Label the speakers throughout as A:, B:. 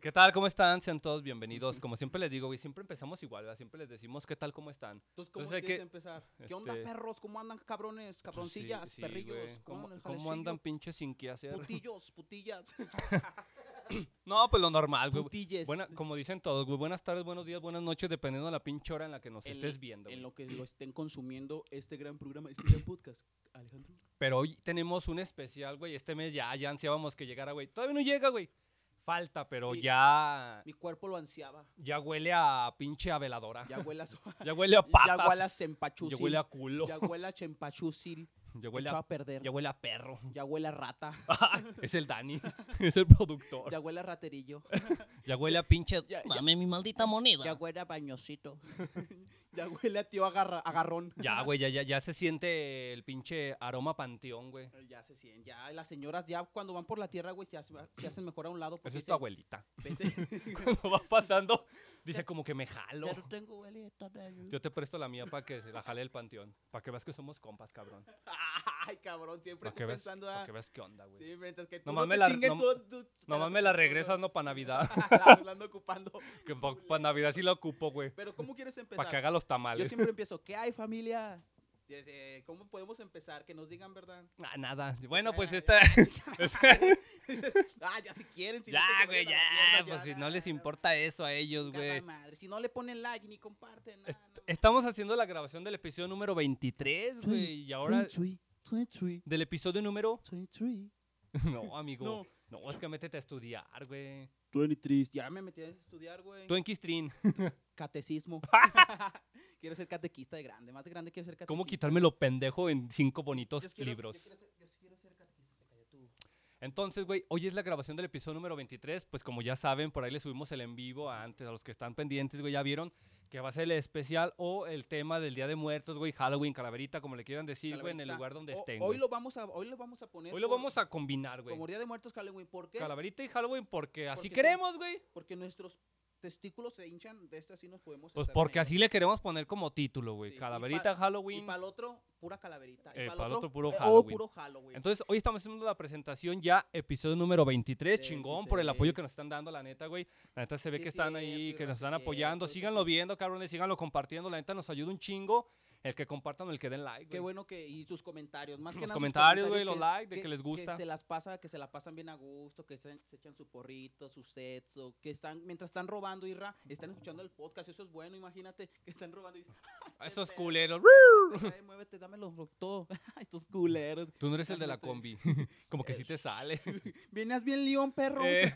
A: ¿Qué tal? ¿Cómo están? Sean todos bienvenidos. Como siempre les digo, güey, siempre empezamos igual, ¿verdad? Siempre les decimos qué tal, cómo están.
B: Entonces, ¿cómo
A: Entonces hay que-
B: tienes que empezar? ¿Qué onda,
A: este-
B: perros? ¿Cómo andan, cabrones,
A: Pues sí,
B: cabroncillas,
A: sí,
B: perrillos?
A: güey.
B: ¿Cómo,
A: ¿Cómo,
B: andan el
A: cómo
B: jalecillo?
A: andan pinches sin qué hacer?
B: Putillos, putillas,
A: No, pues lo normal, güey.
B: putilles.
A: Buena- como dicen todos, güey, buenas tardes, buenos días, buenas noches, dependiendo de la pinche hora en la que nos
B: En-
A: estés viendo.
B: en
A: güey.
B: lo que lo estén consumiendo este gran programa, este gran podcast. Alejandro.
A: Pero hoy tenemos un especial, güey. Este mes ya, ya ansiábamos que llegara, güey. Todavía no llega, güey. Falta, pero
B: Mi-
A: ya,
B: Mi cuerpo lo ansiaba.
A: ya huele a pinche a veladora.
B: Ya huelas.
A: Ya huele a patas.
B: ya huelas
A: Ya
B: cempachúsil.
A: huele a culo.
B: Ya huela chempachúsil.
A: Ya huele
B: Echado
A: a,
B: a perder.
A: ya huele a perro.
B: Ya huela rata.
A: es el Dani. Es el productor.
B: Ya huela raterillo.
A: Ya huele a pinche.
B: Ya- ya-
A: Dame mi maldita
B: Ya
A: moneda.
B: huela bañosito. ya huela tío agarra, agarrón.
A: Ya, güey, ya, ya, ya se siente el pinche aroma panteón, güey.
B: Ya se sienten, ya las señoras ya cuando van por la tierra, güey, se, hace- se hacen mejor a un lado.
A: Esa
B: porque
A: es tu abuelita.
B: dicen, "Vete".
A: Cuando va pasando, dice como que me jalo.
B: Ya no tengo abuelita, no.
A: Yo te presto la mía para que se la jale el panteón. Para que veas que somos compas, cabrón.
B: Ah. Ay, cabrón,
A: Para
B: siempre estoy
A: que veas,
B: pensando,
A: pa'
B: ah,
A: que veas qué onda, güey.
B: Sí, mientras que tú
A: Nomás
B: no
A: me
B: te
A: la-
B: chingues,
A: nom-
B: tú- tú- tú te la
A: Nomás me la
B: tomas,
A: regresas,
B: cabrón.
A: ¿no? Para Navidad.
B: La ando ocupando.
A: Que para Navidad sí la ocupo, güey.
B: Pero ¿cómo quieres empezar?
A: Para que haga los
B: Pues Yo
A: tamales.
B: siempre empiezo, ¿qué hay, familia? Desde, ¿Cómo podemos empezar? Que nos digan, ¿verdad?
A: Ah, nada. Bueno, pues
B: ah,
A: esta...
B: Ah, ya si quieren. Si no, que
A: ya,
B: se
A: güey,
B: vayan a
A: ya.
B: la mierda,
A: Pues si no
B: ya,
A: les
B: ya,
A: importa eso a ellos,
B: chingada
A: güey.
B: madre, Si no le ponen like ni comparten. nah, no mames.
A: Estamos haciendo la grabación del episodio número 23,
B: Sí,
A: güey. Y ahora
B: 23, 23,
A: del episodio número...
B: 23.
A: No, amigo.
B: No.
A: No, es que métete a estudiar, güey.
B: 23. Ya me metí a estudiar, güey.
A: Tú en Kistrin.
B: Catecismo. quiero ser catequista de grande. Más de grande quiero ser catequista.
A: ¿Cómo quitarme lo pendejo en cinco bonitos
B: Yo quiero-
A: libros?
B: Yo quiero, ser, yo quiero ser catequista, se cayó tú.
A: Entonces, güey, hoy es la grabación del episodio número 23. Pues como ya saben, por ahí le subimos el en vivo a antes. A los que están pendientes, güey, ya vieron que va a ser el especial o el tema del Día de Muertos, güey, Halloween, calaverita, como le quieran decir, güey, en el
B: Calaverita.
A: lugar donde
B: Ho-
A: estén.
B: hoy
A: güey.
B: lo vamos a Hoy lo vamos a poner.
A: Hoy lo
B: por-
A: vamos a combinar, güey.
B: Como Día de Muertos Halloween. ¿Por qué?
A: Calaverita y Halloween porque así
B: Porque se-
A: queremos, güey.
B: Porque nuestros testículos se hinchan. De este así nos podemos.
A: Pues
B: hacer
A: porque
B: negros.
A: así le queremos poner como título, güey.
B: Sí, y pa-
A: Calaverita,
B: Y
A: Halloween.
B: para el otro, pura calaverita. Y
A: Eh,
B: pa'l
A: pa'l otro, puro
B: eh, Oh,
A: Halloween.
B: puro Halloween.
A: Entonces, hoy estamos haciendo la presentación ya, episodio número 23. Chingón por el apoyo que
B: 23.
A: nos están dando, la neta, güey. La neta se ve
B: Sí,
A: que están
B: cierto,
A: ahí, que
B: Iván,
A: nos
B: sí,
A: están apoyando.
B: cierto, sí,
A: síganlo
B: sí.
A: viendo, cabrones, síganlo compartiendo. La neta nos ayuda un chingo. El que compartan, el que den like.
B: Qué
A: güey.
B: bueno que. Y sus comentarios. Más que
A: Los
B: nada. sus
A: comentarios, güey,
B: comentarios
A: los likes, de que les gusta.
B: Que se las pasa, que se la pasan bien a gusto, que se, se echan su porrito, su sexo, que están, mientras están robando, Irra, están escuchando el podcast, eso es bueno, imagínate, que están robando y dicen,
A: A Esos culeros.
B: "Ay, muévete, dámelo todo, estos culeros.
A: Tú no eres el de la
B: Cálmate.
A: combi. Como que sí te sale.
B: Venías bien león, perro.
A: Eh.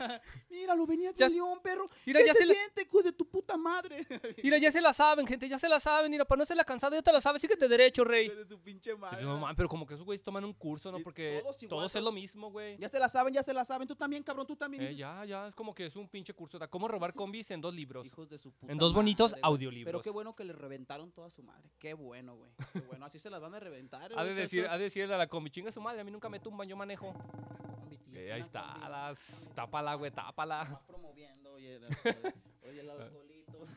B: Míralo, venías
A: Ya-
B: bien león, perro.
A: Mira,
B: ¿Qué
A: ya
B: se,
A: se la,
B: siente, hijo de tu puta madre?
A: mira, ya se la saben, gente. Ya se la saben. Mira, para no se la cansada, ya te la sabes. Síguete derecho, rey.
B: Hijo de su pinche
A: Pues,
B: madre.
A: no, man, pero como que esos güeyes toman un curso, ¿no?
B: Y
A: Porque
B: todos igual,
A: todos es
B: ¿no?
A: lo mismo, güey.
B: ya se la saben, ya se la saben, tú también, cabrón, tú también.
A: Eh,
B: dices,
A: ya, ya, es como que es un pinche curso. de ¿Cómo robar combis en dos libros?
B: Hijos de su puta
A: En dos bonitos
B: madre, güey.
A: audiolibros.
B: Pero qué bueno que le reventaron toda su madre. Qué bueno, güey. Qué bueno, así se las van a reventar.
A: Ha de
B: güey,
A: decir,
B: chazos.
A: ha de decirle a la combi, chinga su madre, a mí nunca me tumban, yo manejo.
B: Mi tía
A: Eh,
B: tiene
A: ahí
B: una
A: está,
B: combi,
A: las,
B: mami,
A: tápala, güey, tápala.
B: va promoviendo, oye, el alcohol- oye,
A: Ah,
B: el alcoholito.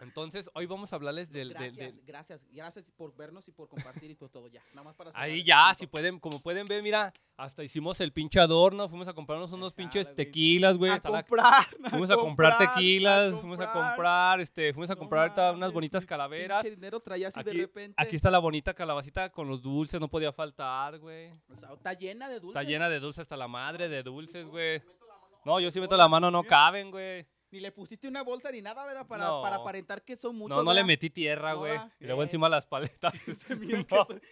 A: Entonces, hoy vamos a hablarles del... del-
B: gracias,
A: del-
B: gracias, gracias por vernos y por compartir y por todo ya. Nada más para cerrar
A: Ahí
B: este
A: ya,
B: punto.
A: si pueden, como pueden ver, mira, hasta hicimos el pinche adorno, fuimos a comprarnos unos
B: Ajá,
A: pinches
B: güey.
A: tequilas, güey.
B: a
A: está la-
B: comprar,
A: Fuimos a comprar tequilas,
B: a
A: fuimos a comprar, este, fuimos a
B: No
A: comprar ahorita unas
B: mames,
A: bonitas
B: mi
A: calaveras.
B: Pinche dinero traía así de
A: Aquí-
B: repente.
A: Aquí está la bonita calabacita con los dulces, no podía faltar, güey.
B: O sea, está llena de dulces.
A: Está llena de dulces hasta la madre de dulces, güey.
B: Meto la mano.
A: No, yo si meto la mano no
B: Mira,
A: caben, güey.
B: Ni le pusiste una bolsa ni nada, ¿verdad? Para,
A: No.
B: para aparentar que son muchos.
A: No, no le
B: ¿verdad?
A: metí tierra,
B: No,
A: güey.
B: ¿verdad?
A: Y luego
B: Eh.
A: encima las paletas.
B: Se mira
A: No.
B: que son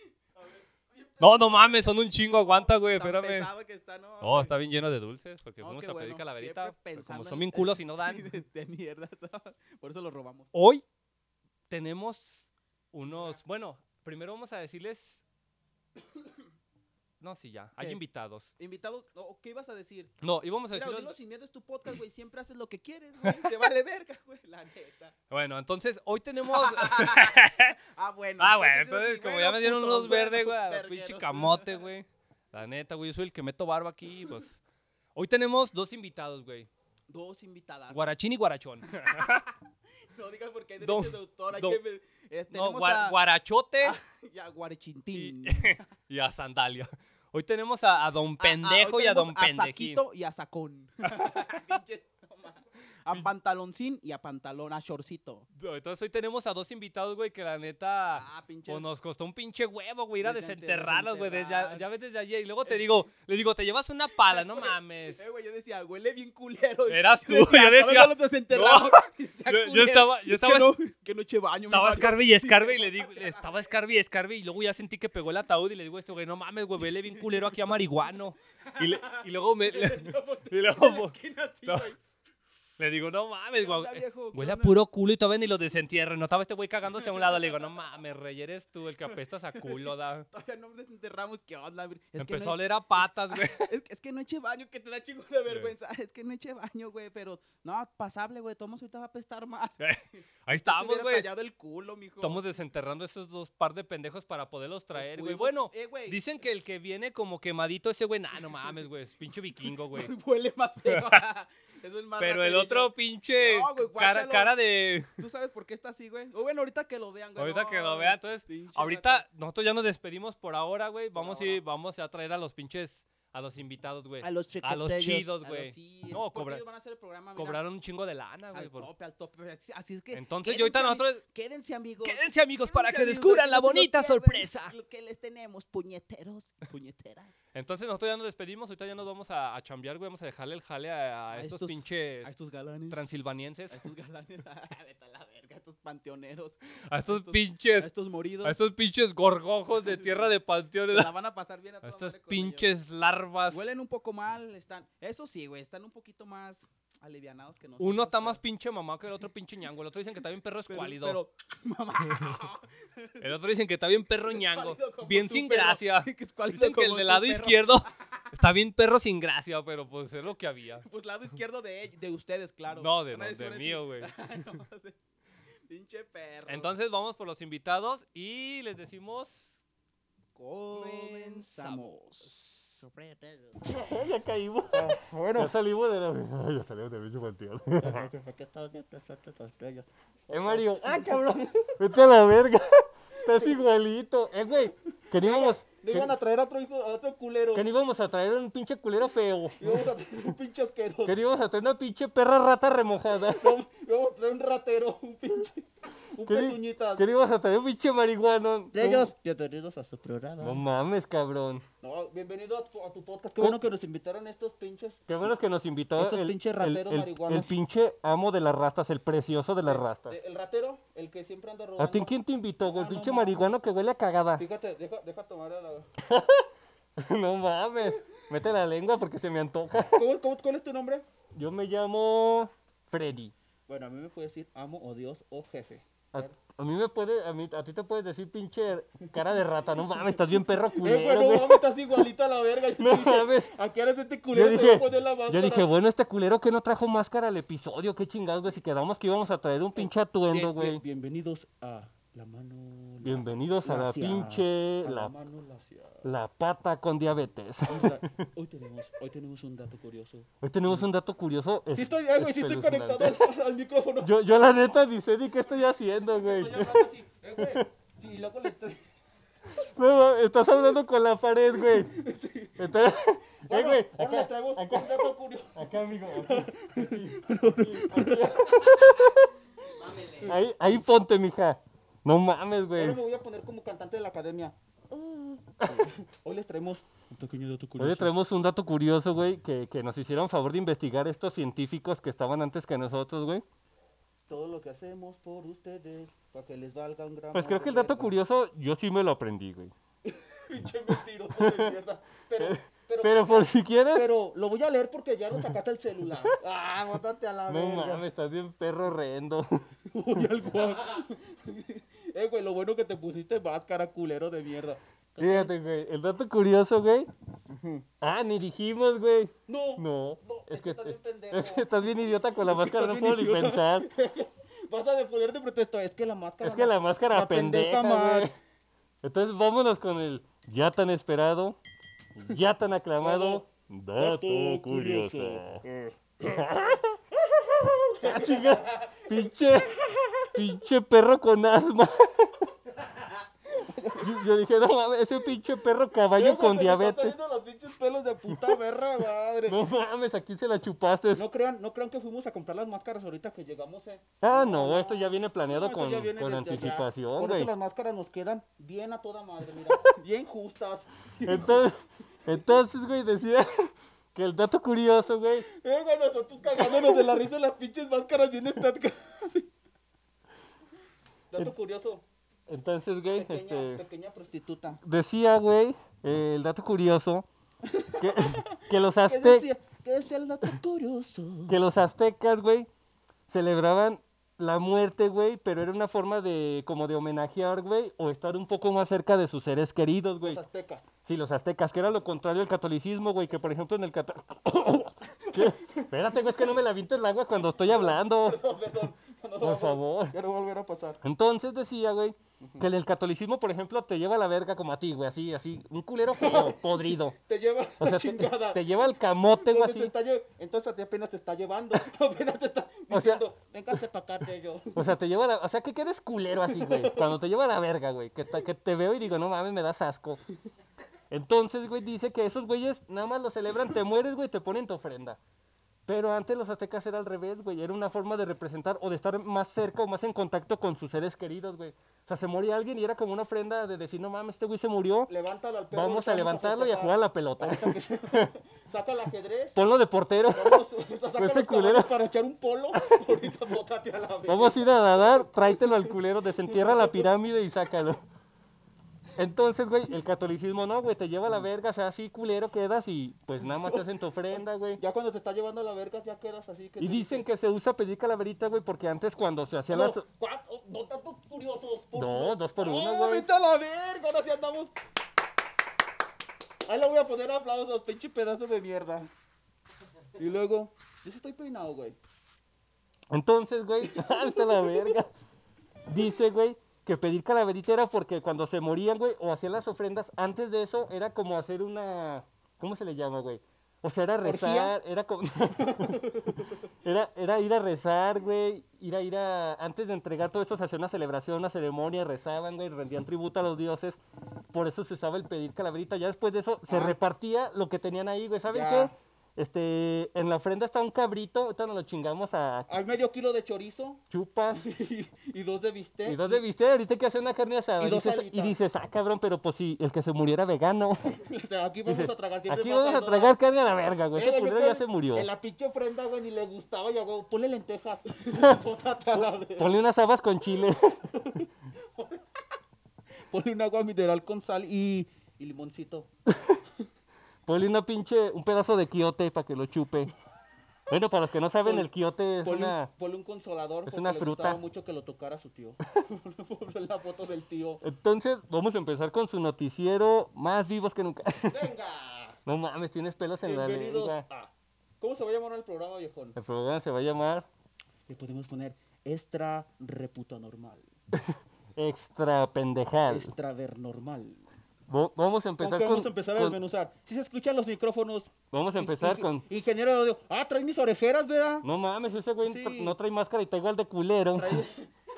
A: No, no mames, son un chingo, aguanta, güey,
B: tan
A: espérame.
B: pesado que está, ¿no?
A: Oh, está bien lleno de dulces, porque
B: No,
A: fuimos
B: qué
A: a pedir
B: bueno,
A: calaverita.
B: siempre
A: pero Como
B: pensando
A: son
B: en-
A: bien culos y no
B: Sí,
A: dan.
B: de, de mierda, ¿sabes? por eso lo robamos.
A: Hoy tenemos unos. Bueno, primero vamos a decirles. No, sí, ya. Hay
B: ¿Qué?
A: invitados.
B: Invitados, no, ¿qué ibas a decir?
A: No, íbamos a
B: Mira,
A: decirles.
B: dilo sin miedo, es tu podcast, güey, siempre haces lo que quieres, güey, te vale verga, güey, la neta.
A: Bueno, entonces hoy tenemos.
B: Ah, bueno.
A: Ah, güey,
B: sí,
A: entonces como
B: bueno,
A: ya me dieron
B: putos,
A: unos verdes, güey, a la
B: vergueros.
A: pinche camote, güey. La neta, güey, yo soy el que meto barba aquí, pues. Hoy tenemos dos invitados, güey.
B: Dos invitadas.
A: Guarachín y Guarachón.
B: No digas porque hay
A: Don-
B: derechos de autor, hay
A: don-
B: que... ver- eh,
A: No,
B: tenemos
A: gua-
B: a...
A: Guarachote
B: Ah, ya, Guarechintín. Ah,
A: Y- y a Sandalia. Hoy tenemos a, a Don Pendejo
B: hoy
A: y a
B: tenemos
A: Don
B: A
A: Pendejín.
B: Saquito y a Sacón. Pinche- no A pantaloncín y a pantalón, a shortcito.
A: Entonces hoy tenemos a dos invitados, güey, que la neta...
B: Ah, pinche.
A: Pues nos costó un pinche huevo, güey, ir a
B: Desente-
A: desenterrarlos, güey. desde- Ya,
B: desenterrar.
A: ya ves desde ayer. Y luego te digo, le digo, te llevas una pala, no mames.
B: Eh, güey, yo decía, huele bien culero.
A: Eras tú,
B: Yo
A: yo decía.
B: "A ver, los desenterramos". Está
A: Yo, yo
B: culero.
A: estaba, yo
B: Es que
A: estaba,
B: no, que noche baño. mi
A: estaba
B: Mario.
A: escarbe y escarbe y le digo, le estaba escarbe y escarbe y luego ya sentí que pegó el ataúd y le digo esto, güey, no mames, güey, vele bien culero aquí a marihuano. Y, le- y luego me, le,
B: Yo volteé
A: y luego
B: en la
A: mo-
B: esquina así,
A: No,
B: güey.
A: le digo, no mames,
B: ¿Qué
A: güey.
B: onda, viejo? ¿Qué
A: Huele a
B: onda?
A: puro culo y todavía ni lo desentierro. No estaba este güey cagándose a un lado. Le digo, no mames, rey, eres tú el que apestas a culo, da.
B: Todavía no desenterramos. ¿Qué onda? güey? Es que no
A: Empezó
B: hay-
A: a oler a patas, güey.
B: Es, es que no eche baño, que te da chingo de vergüenza. Es que no eche baño, güey, pero no, pasable, güey. Tomos ahorita va a apestar más.
A: Eh, Ahí
B: Ya se
A: estamos,
B: hubiera
A: güey.
B: tallado el culo, mijo.
A: Estamos desenterrando esos dos par de pendejos para poderlos traer, güey.
B: Fuimos-
A: Bueno,
B: eh, güey,
A: dicen que el que viene como quemadito, ese güey, nah, no mames, güey, es pinche vikingo, güey.
B: Huele más feo. Eso es más
A: Pero el
B: raterito.
A: otro pinche
B: No, güey,
A: cara,
B: guáchalo.
A: cara de...
B: ¿Tú sabes por qué está así, güey? O bueno, ahorita que lo vean, güey.
A: Ahorita
B: no,
A: que lo
B: güey,
A: vea, entonces,
B: pinche
A: Ahorita
B: rato.
A: nosotros ya nos despedimos por ahora, güey. Vamos, a ir-
B: ahora.
A: vamos a traer a los pinches, a los invitados, güey.
B: A los
A: a los
B: chequetellos,
A: chidos,
B: a los
A: güey.
B: sí,
A: No,
B: porque
A: cobra-
B: ellos van a hacer el programa, mira,
A: Cobraron un chingo de lana, güey.
B: al
A: por-
B: tope, al tope. Así- Así es que.
A: Entonces, yo ahorita
B: quédense, ami-
A: nosotros...
B: Quédense, amigos.
A: Quédense, amigos, para
B: Quédense,
A: que
B: amigos,
A: descubran
B: que
A: la
B: no se lo
A: bonita
B: pierdan,
A: sorpresa.
B: Lo que les tenemos, puñeteros, puñeteras.
A: Entonces nosotros ya nos despedimos, ahorita ya nos vamos a, a chambear, güey, vamos a dejarle el jale a, a
B: A
A: estos,
B: estos-
A: pinches
B: A estos galanes.
A: transilvanienses,
B: A estos galanes. Ah, Vete a la verga, a estos panteoneros.
A: a estos
B: estos- A
A: pinches,
B: estos moridos.
A: a estos pinches gorgojos de tierra de
B: se
A: panteones,
B: la van a pasar bien a
A: a
B: toda
A: estas
B: madre con ellos.
A: pinches larvas.
B: Huelen un poco mal, están. Eso sí, güey, están un poquito más alivianados que nosotros.
A: Uno está
B: pero-
A: más pinche mamá que el otro pinche ñango, el otro dicen que está bien perro
B: pero-
A: escuálido,
B: Pero, mamá.
A: el otro dicen que está bien perro ñango,
B: escuálido como
A: bien
B: tú,
A: sin
B: perro.
A: gracia.
B: Que escuálido
A: Dicen que el
B: como
A: del
B: tú,
A: lado
B: perro.
A: izquierdo está bien perro sin gracia, pero pues es lo que había.
B: Pues lado izquierdo de, ell- de ustedes, claro.
A: No, de,
B: Van a
A: no- de
B: decir, van a decir,
A: mío, güey.
B: no, de- Pinche perro.
A: Entonces vamos por los invitados y les decimos...
B: comenzamos.
C: ya caímos.
A: Ya salimos de la... Ya salimos de pinche Eh, Mario. ¡Ah, cabrón! Vete a la verga. Estás igualito. Eh, güey. Que no íbamos,
B: Le iban a traer a otro, hijo- a otro culero.
A: que no íbamos a traer un pinche culero feo.
B: Y vamos a traer un pinche asqueroso.
A: Que no íbamos a traer una pinche perra rata remojada.
B: Y vamos a traer un ratero, un pinche. Un
A: ¿Qué di-
B: pezuñitas.
A: Que no íbamos a traer un pinche marihuano.
D: Ellos, bienvenidos a su programa.
A: No mames, cabrón.
B: No, bienvenido a tu, a tu podcast. Qué
A: Co-
B: bueno que nos invitaron estos pinches.
A: Qué bueno es que nos invitó
B: Estos
A: el,
B: pinches
A: el,
B: rateros
A: el-
B: marihuanos.
A: el pinche amo de las rastas, el precioso de las rastas.
B: Eh, El ratero, el que siempre anda robando.
A: ¿A ti quién te invitó, güey? El
B: Ah, no
A: pinche
B: mames.
A: marihuano que huele a cagada.
B: Fíjate, deja, deja tomar a la...
A: No mames. Mete la lengua porque se me antoja.
B: ¿Cómo, cómo, cuál es tu nombre?
A: Yo me llamo Freddy.
B: Bueno, a mí me puede decir amo o Dios o jefe.
A: A, a mí me puede, a, mí, a ti te puedes decir pinche cara de rata, no mames, estás bien perro culero,
B: Eh, bueno,
A: güey.
B: mames, estás igualito a la verga. Yo
A: No
B: dije,
A: mames.
B: ¿A qué hora es este
A: Yo
B: culero? se va
A: dije,
B: a poner la
A: yo
B: máscara?
A: dije, bueno, este culero que no trajo máscara al episodio, qué chingados, güey, si quedamos que íbamos a traer un pinche atuendo,
B: Bien-
A: güey.
B: bien- bienvenidos a La Mano... la-
A: Bienvenidos a la
B: Lacia,
A: pinche,
B: a
A: la,
B: Mano Lacia.
A: la pata con diabetes.
B: Un da- Hoy tenemos, hoy tenemos un dato curioso.
A: Hoy tenemos un dato curioso.
B: Sí estoy, eh, güey, sí estoy
A: espeluznante.
B: conectado al, al micrófono.
A: Yo, yo la neta ni sé ni qué estoy haciendo, güey. Eh,
B: Estoy hablando así, eh, güey. Sí, loco le estoy...
A: No, mames, estás hablando con la pared, güey. Entonces, eh,
B: Bueno,
A: güey,
B: ahora le
A: acá,
B: traemos
A: acá.
B: un dato curioso.
A: Acá, amigo. Aquí, aquí, aquí, aquí. Ahí, ahí ponte, mija. No mames,
B: Ahora
A: güey.
B: me voy a poner como cantante de la academia. Hoy les traemos un pequeño dato curioso.
A: Mm. Hoy traemos un dato curioso, güey, que, que nos hicieron favor de investigar estos científicos que estaban antes que nosotros, güey.
B: Todo lo que hacemos por ustedes, para que les valga un gran.
A: Pues creo que el dato curioso yo sí me lo aprendí, güey.
B: Pinche mentiroso de mierda. Pero, pero, pero,
A: Eh, Pero por si quieres...
B: lo voy a leer porque ya lo sacaste el celular. Ah, mátate a la
A: No
B: verga.
A: mames, estás bien perro horrendo.
B: Uy, al guau. eh, güey, lo bueno que te pusiste máscara, culero de mierda.
A: Fíjate, güey, el dato curioso, güey. Ah, ni dijimos, güey.
B: No,
A: No,
B: No,
A: es
B: es
A: que,
B: que estás bien pendejo.
A: es que estás bien idiota con la
B: Es que
A: máscara,
B: estás
A: no
B: bien
A: puedo ni
B: idiota.
A: pensar.
B: vas a defender de protesto. Es que la máscara.
A: Es que la máscara
B: la
A: pendeja,
B: pendeja, Mar.
A: güey. Entonces vámonos con el ya tan esperado, ya tan aclamado dato curioso. Ah, chinga, pinche, pinche perro con asma. Yo, yo dije, no mames, ese pinche perro caballo con diabetes.
B: Están saliendo los pinches pelos de puta perra madre.
C: No mames, aquí se la chupaste.
B: No crean, no crean que fuimos a comprar las máscaras ahorita que llegamos, eh.
C: Ah, no, esto ya viene
B: No,
C: planeado
B: esto
C: con,
B: ya viene
C: con
B: desde allá.
C: anticipación,
B: Por eso
C: güey.
B: las máscaras nos quedan bien a toda madre, mira. bien justas.
C: Entonces, entonces, güey, decía que el dato curioso, güey,
B: Eh, güey, nosotros cagándonos de la risa las pinches máscaras bien estáticas. Dato curioso,
C: entonces, güey,
B: pequeña,
C: este,
B: pequeña prostituta.
C: decía, güey, eh, el dato curioso, que, que los
B: ¿Qué
C: aztecas,
B: decía? ¿Qué decía el dato curioso?
C: que los aztecas, güey, celebraban la muerte, güey, pero era una forma de, como de homenajear, güey, o estar un poco más cerca de sus seres queridos, güey.
B: Los aztecas.
C: Sí, los aztecas, que era lo contrario al catolicismo, güey, que por ejemplo en el cata- ¿Qué? Espérate, güey, es que no me la avientes el agua cuando estoy hablando.
B: Perdón, perdón. Ya no
C: Por
B: va a vol-
C: favor.
B: Ya no va a volver a pasar.
C: Entonces decía, güey, que el catolicismo, por ejemplo, te lleva a la verga como a ti, güey, así, así, un culero como podrido.
B: Te lleva
C: O
B: la
C: sea, te,
B: chingada.
C: te lleva al camote, güey,
B: Entonces, te
C: así.
B: está lle- entonces a ti apenas te está llevando. Apenas te está
C: O sea,
B: diciendo.
D: Véngase pa' acá, Tello.
C: O sea, te lleva a la... O sea, que quedes culero así, güey. Cuando te lleva a la verga, güey. Que, ta- que te veo y digo, no mames, me das asco. Entonces, güey, dice que esos güeyes nada más lo celebran, te mueres, güey, te ponen tu ofrenda. Pero antes los aztecas era al revés, güey. Era una forma de representar o de estar más cerca o más en contacto con sus seres queridos, güey. O sea, se moría alguien y era como una ofrenda de decir, no mames, este güey se murió.
B: Levántalo al perro.
C: Vamos a levantarlo y a jugar a la pelota.
B: festejar. Saca el ajedrez.
C: Ponlo de portero.
B: Vamos, o sea, saca
C: Ese
B: los
C: culero.
B: caballos para echar un polo. Ahorita bótate a la vez.
C: Vamos a ir a nadar, tráetelo al culero, desentierra la pirámide y sácalo. Entonces, güey, el catolicismo no, güey, te lleva a la verga, o sea, así culero quedas y pues nada más te hacen tu ofrenda, güey.
B: Ya cuando te está llevando a la verga, ya quedas así. Que
C: Y
B: te
C: dicen que se usa pedir calaverita, güey, porque antes cuando se hacían
B: No,
C: las...
B: cuatro, no tantos curiosos. por
C: No,
B: uno.
C: dos por
B: Ah,
C: uno, güey.
B: vete a la verga, ahora sí andamos. Ahí le voy a poner aplausos, pinche pedazo de mierda. Y luego, yo sí estoy peinado, güey.
C: Entonces, güey, alta la verga. Dice, güey, que pedir calaverita era porque cuando se morían, güey, o hacían las ofrendas, antes de eso era como hacer una... ¿Cómo se le llama, güey? O sea, era rezar, era como... era, era ir a rezar, güey, ir a ir a... Antes de entregar todo esto se hacía una celebración, una ceremonia, rezaban, güey, rendían tributo a los dioses. Por eso se usaba el pedir calaverita. Ya después de eso se
B: Ah.
C: repartía lo que tenían ahí, güey. ¿Saben
B: Ya.
C: qué? Este, en la ofrenda está un cabrito, ahorita nos lo chingamos a
B: Hay medio kilo de chorizo
C: chupas
B: y, y dos de bistec.
C: y dos de bistec, ahorita hay que hacer una carne asada.
B: Y dos
C: dices-
B: alitas.
C: dices, ah, cabrón, pero pues si el que se muriera vegano.
B: O sea, aquí vamos
C: Dices,
B: a tragar siempre
C: Aquí
B: pasa
C: vamos a
B: eso,
C: tragar carne a la verga, güey.
B: Era,
C: Ese
B: yo
C: culero
B: creo
C: ya se murió.
B: En la pinche ofrenda, güey, ni le gustaba ya, güey. Ponle lentejas. Bótate a la verga.
C: Ponle unas habas con chile.
B: Ponle un agua mineral con sal y, y limoncito.
C: Ponle una pinche, un pedazo de quiote para que lo chupe. Bueno, para los que no saben,
B: Pon-
C: el quiote es
B: Ponle, un-
C: una...
B: ponle un consolador
C: es
B: porque
C: una
B: le
C: fruta.
B: gustaba mucho que lo tocara su tío. Ponle la foto del tío.
C: Entonces, vamos a empezar con su noticiero más vivos que nunca.
B: ¡Venga!
C: No mames, tienes pelos en la
B: Bienvenidos
C: lengua.
B: a... ¿Cómo se va a llamar el programa, viejón?
C: El programa se va a llamar
B: Le podemos poner extra reputa normal.
C: Extra Pendejal.
B: Extra ver normal.
C: Vo- Vamos a
B: Ok,
C: empezar con...
B: vamos a empezar a
C: con-
B: desmenuzar. Si se escuchan los micrófonos.
C: Vamos a
B: in-
C: empezar
B: inge-
C: con...
B: Ingeniero de audio. Ah, trae mis orejeras, ¿verdad?
C: No mames, ese güey tra-
B: Sí.
C: no trae máscara y está igual de culero.
B: Trae,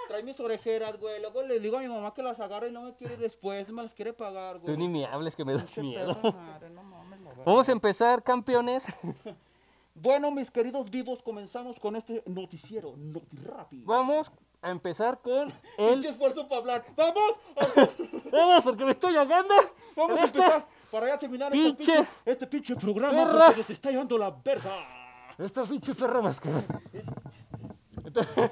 B: trae mis orejeras, güey. Luego le digo a mi mamá que las agarre y no me quiere después. No me las quiere pagar,
C: Tú
B: güey.
C: ni me hables que me das
B: Pinche
C: miedo.
B: perra madre, no mames, la verdad.
C: Vamos a empezar, campeones.
B: Bueno, mis queridos vivos, comenzamos con este noticiero, Notirapi.
C: Vamos a empezar con
B: Pinche
C: el.
B: esfuerzo para hablar. ¡Vamos!
C: ¡Vamos, porque me estoy ahogando!
B: ¡Vamos a
C: Esta-
B: empezar! Para ya terminar este
C: Este pinche
B: pinche, este pinche programa
C: perra.
B: porque nos está llevando la verga.
C: Esta pinche perra máscara. Entonces,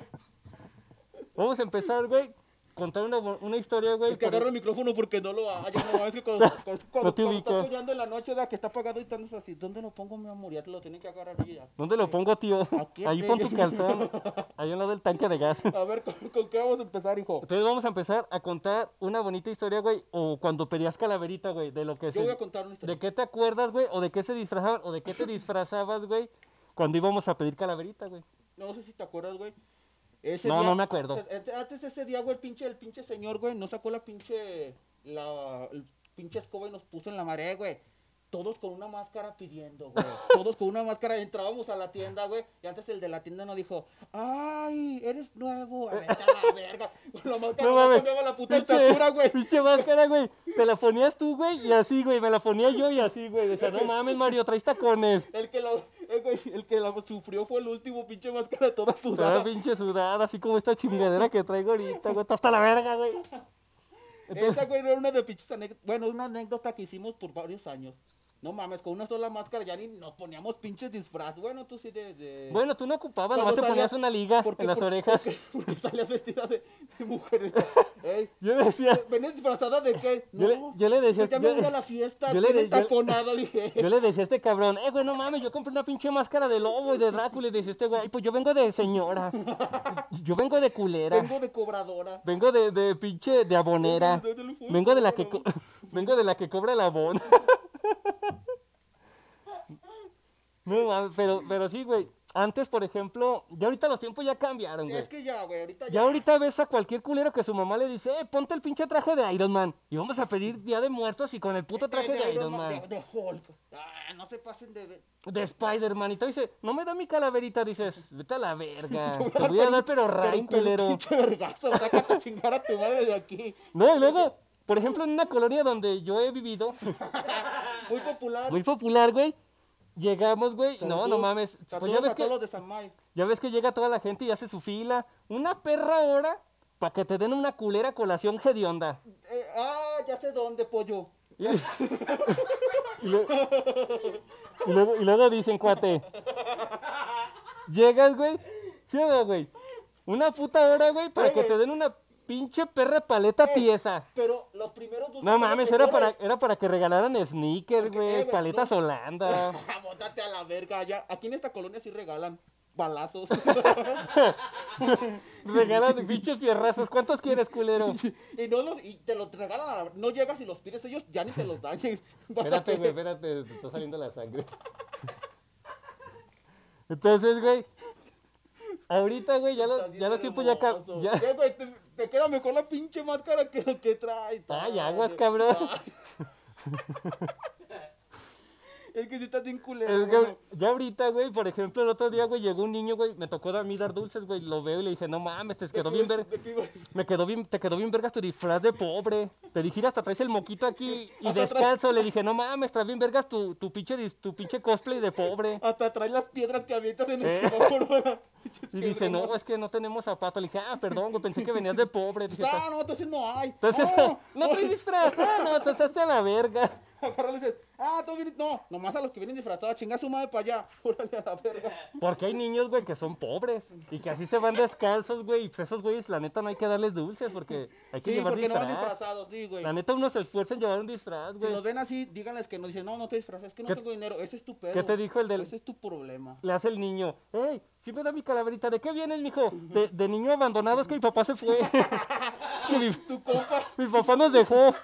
C: Vamos a empezar, güey. Contar una, bo- una historia, güey.
B: Es que
C: por-
B: agarro el micrófono porque no lo hallo. No, es que cuando, cuando, cuando,
C: No te
B: cuando estás
C: ubico.
B: soñando en la noche, da que está apagado y te andas así. ¿Dónde lo pongo, mi amor? Ya te lo tienen que agarrar y ya.
C: ¿Dónde lo pongo, tío?
B: Aquí
C: Ahí pon tu
B: tengo.
C: calzón. Ahí al lado del tanque de gas.
B: A ver, ¿con, con qué vamos a empezar, hijo?
C: Entonces vamos a empezar a contar una bonita historia, güey. O cuando pedías calaverita, güey. De lo que
B: Yo
C: se-
B: voy a contar una historia.
C: ¿De qué te acuerdas, güey? ¿O de qué se disfrazaban? ¿O de qué te disfrazabas, güey? Cuando íbamos a pedir calaverita, güey.
B: No sé si te acuerdas, güey. Ese
C: No,
B: día-
C: no me acuerdo.
B: Antes, antes- antes ese día, güey, el pinche, el pinche señor, güey, no sacó la pinche, la el pinche escoba y nos puso en la marea, güey. Todos con una máscara pidiendo, güey. Todos con una máscara. Entrábamos a la tienda, güey. Y antes el de la tienda nos dijo, ay, eres nuevo. A ver, a la verga. Con la máscara no,
C: No mames.
B: cambiaba la puta estatura, güey.
C: Pinche máscara, güey. Te la ponías tú, güey, y así, güey. Me la ponía yo y así, güey. Decía, no mames, Mario, traes tacones.
B: El que, la, el, güey, el que la sufrió fue el último pinche máscara toda
C: Toda
B: sudada.
C: pinche sudada, así como esta chingadera que traigo ahorita, güey. Está hasta la verga, güey.
B: Esa, güey, era una de pinches anécdotas. Bueno, una anécdota que hicimos por varios años. No mames, con una sola máscara ya ni nos poníamos pinches disfraz. Bueno, tú sí de. de-
C: Bueno, tú no ocupabas,
B: Cuando
C: nomás te ponías
B: salía-
C: una liga
B: ¿Por qué?
C: en las
B: Por-
C: orejas.
B: Porque, porque salías vestida de, de mujer. Ey,
C: Yo decía,
B: ¿Venés disfrazada de qué?
C: Yo le-
B: No,
C: yo le decía-
B: pues Ya me
C: yo-
B: voy a la fiesta,
C: yo
B: yo
C: le
B: le
C: de- yo-
B: taconada, dije.
C: yo le decía a este cabrón, eh, güey, no mames, yo compré una pinche máscara de lobo y de Drácula. Y decía este güey, "Ay, pues yo vengo de señora. Yo vengo de culera.
B: Vengo de cobradora.
C: Vengo de, de pinche, de abonera.
B: Vengo del fútbol,
C: Vengo de la que,
B: cabrón.
C: co- vengo de la que cobra el abono. No, mames, pero, pero sí, güey. Antes, por ejemplo, ya ahorita los tiempos ya cambiaron, güey.
B: Es que ya, güey, ahorita ya.
C: Ya ahorita ves a cualquier culero que su mamá le dice, eh, ponte el pinche traje de Iron Man. Y vamos a pedir Día de Muertos y con el puto traje de, Iron Man.
B: De, de Hulk. Ah, no se pasen de. de-
C: De Spider-Man. Y te dice, no me da mi calaverita. Dices, vete a la verga.
B: Te voy a
C: Te
B: dar
C: voy a
B: pero-
C: dar, pero
B: pero
C: ray,
B: un- pero un
C: culero.
B: Pinche vergazo, sácate a chingar a tu madre de aquí.
C: No, y luego, por ejemplo, en una colonia donde yo he vivido,
B: Muy popular.
C: muy popular, güey. Llegamos, güey. No, no
B: Saludos-
C: mames. Pues
B: Saludos
C: ya
B: a
C: ves
B: todos
C: que
B: los de San May.
C: Ya ves que llega toda la gente y hace su fila. Una perra hora para que te den una culera colación hedionda.
B: Eh, ah, ya sé dónde, pollo.
C: Y, lue- y luego, y luego dicen, cuate. Llegas, güey. Sí, o no, güey. Una puta hora, güey, para
B: Oye,
C: que
B: güey.
C: te den una pinche perra paleta
B: Eh.
C: tiesa.
B: Pero los primeros dulces.
C: No
B: son los
C: mames, era para,
B: mejores.
C: era para que regalaran sneakers,
B: eh,
C: güey,
B: güey,
C: paletas
B: no.
C: Holanda.
B: Ah, bótate a la verga. Ya. Aquí en esta colonia sí regalan balazos.
C: Regalan pinches fierrazos. ¿Cuántos quieres, culero?
B: y, no los, y te los regalan a la- No llegas y los pides, ellos ya ni te los dan. Vas a
C: Espérate, güey,
B: tener-
C: espérate, te está saliendo la sangre. Entonces, güey, ahorita, güey, ya, lo-
B: Estás bien
C: ya los tiempos ya, ca-
B: hermoso.
C: ya-
B: Eh, güey, te, te queda mejor la pinche máscara que lo que traes.
C: Ay, aguas, cabrón.
B: es que si estás bien culero.
C: es que
B: güey.
C: ya ahorita, güey, por ejemplo, el otro día, güey, llegó un niño, güey, me tocó a mí dar dulces, güey, lo veo y le dije, no mames, te quedó bien verga,
B: De que iba-
C: me quedó bien, te quedó bien vergas tu disfraz de pobre. Te dije, "Mira, hasta traes el moquito aquí y
B: Hasta traes-
C: descalzo, le dije, no mames, traes bien vergas tu, tu pinche, dis- tu pinche cosplay de pobre.
B: Hasta traes las piedras que avientas en el
C: Eh.
B: semáforo.
C: Y dice, no, es que no tenemos zapato. Le dije, ah, perdón, güey, pensé que venías de pobre. Dice, "Ta-
B: Ah, no, entonces no hay.
C: Entonces,
B: no,
C: no estoy disfrazado, no, entonces hazte a la verga.
B: Agarra y le dices, ah, tú vienes. No, nomás a los que vienen disfrazados, chinga su madre para allá. Órale a la verga.
C: Porque hay niños, güey, que son pobres y que así se van descalzos, güey. Y pues esos güeyes, la neta, no hay que darles dulces porque hay que
B: Sí,
C: llevar
B: porque no
C: disfraz.
B: van disfrazados, sí, güey.
C: la neta, uno se esfuerza en llevar un disfraz,
B: Si
C: güey.
B: los ven así, díganles que no dicen, no, no te disfraces, es que no
C: ¿Qué-
B: tengo dinero. Ese es tu pedo.
C: qué te dijo el del-
B: Ese es tu problema.
C: Le hace el niño, hey, si me da mi calaverita, ¿de qué vienes, mijo? De, de niño abandonado, es que mi papá se fue. Y mi,
B: Tu compa.
C: mi papá nos dejó.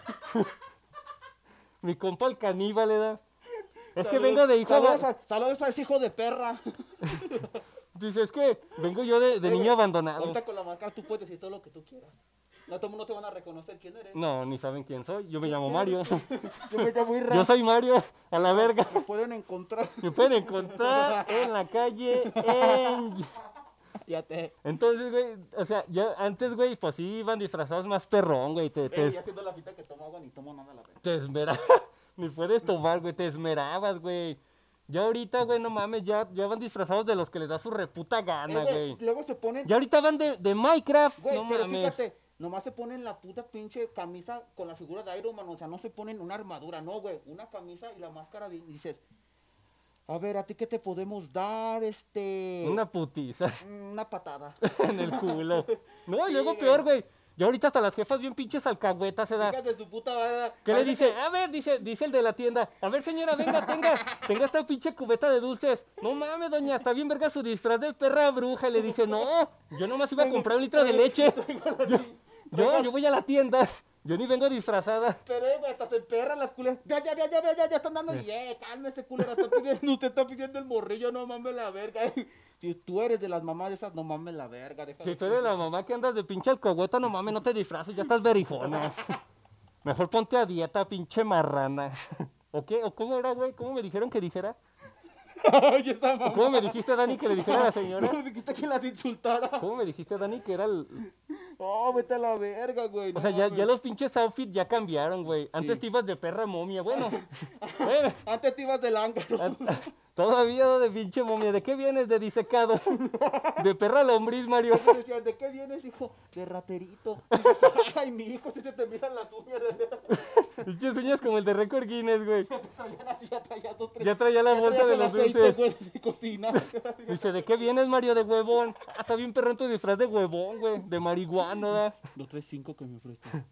C: mi compa el caníbal, le da. Es que vengo de hijo
B: Saludos
C: aba-
B: a, saludos a ese hijo de perra.
C: Dice, es que vengo yo de, de
B: Eh,
C: niño
B: güey,
C: abandonado.
B: Ahorita con la marca tú puedes decir todo lo que tú quieras. No, todo el mundo te van a reconocer quién eres.
C: No, ni saben quién soy. Yo me llamo Mario.
B: Yo me llamo Irra.
C: Yo soy Mario, a la verga.
B: Me pueden encontrar.
C: Me pueden encontrar en la calle. en-
B: ya te.
C: Entonces, güey, o sea, ya antes, güey, pues sí iban disfrazados más perrón, güey. Te, te,
B: Ey,
C: es-
B: haciendo la fita que tomo agua ni tomo nada a la vez.
C: te esmerabas. Ni puedes tomar, güey. Te esmerabas, güey. Ya ahorita, güey, no mames, ya, ya van disfrazados de los que les da su reputa gana,
B: Eh, güey,
C: güey.
B: Luego se ponen.
C: Ya ahorita van de, de Minecraft.
B: Güey,
C: no
B: pero
C: mames.
B: fíjate, nomás se ponen la puta pinche camisa con la figura de Iron Man, o sea, no se ponen una armadura, no, güey, una camisa y la máscara y dices, a ver, ¿a ti qué te podemos dar? Este...
C: Una putiza.
B: una patada.
C: en el culo. No, y
B: Sí,
C: luego
B: güey.
C: peor, güey. Yo ahorita hasta las jefas bien pinches alcahuetas se da.
B: Hijas de su puta madre.
C: ¿Qué le
B: Parece
C: dice? A ver, dice, dice el de la tienda. A ver, señora, venga, tenga, tenga esta pinche cubeta de dulces. No mames, doña, está bien verga su disfraz de perra bruja. Y le dice, no, yo nomás iba a comprar un litro de leche. Yo, yo, yo voy a la tienda. Yo ni vengo disfrazada.
B: Pero, eh, güey, hasta se emperran las culeras. Ya, ya, ya, ya, ya, ya, ya están dando. Y, eh, cálmese, culera. Está pidiendo, usted está pidiendo el morrillo, no mames la verga. Si tú eres de las mamás de esas, no mames la verga. déjalo.
C: Si tú eres la mamá que andas de pinche alcahueta, no mames, no te disfraces, ya estás berijona. Mejor ponte a dieta, pinche marrana. ¿O qué? ¿O cómo era, güey? ¿Cómo me dijeron que dijera?
B: Ay, esa
C: ¿O
B: mamá.
C: cómo me dijiste, Dani, que le dijera a la señora?
B: No, dijiste que las insultara.
C: ¿Cómo me dijiste, Dani, que era el...
B: Oh, vete a la verga, güey.
C: O
B: no
C: sea, ya,
B: mames.
C: ya los pinches outfits ya cambiaron, güey. Antes te ibas de perra momia, bueno. bueno.
B: Antes te ibas del ángaro.
C: Ah, Todavía de pinche momia. ¿De qué vienes? De disecado. De perra lombriz, Mario.
B: Te decían, ¿de qué vienes, hijo? De raperito. Dices, Ay, mi hijo, si se te miran las uñas. De...
C: Pinches uñas como el de Record Guinness, güey.
B: Traían así, ya traías dos, tres.
C: Ya traía la bolsa
B: traías
C: de
B: el
C: los
B: aceite,
C: dulces.
B: güey, de cocina.
C: Dice, ¿de qué vienes, Mario? De huevón. Ah, está bien perrón tu disfraz de huevón, güey. De marihuana, ¿verdad?
B: Los tres cinco que me ofrecen.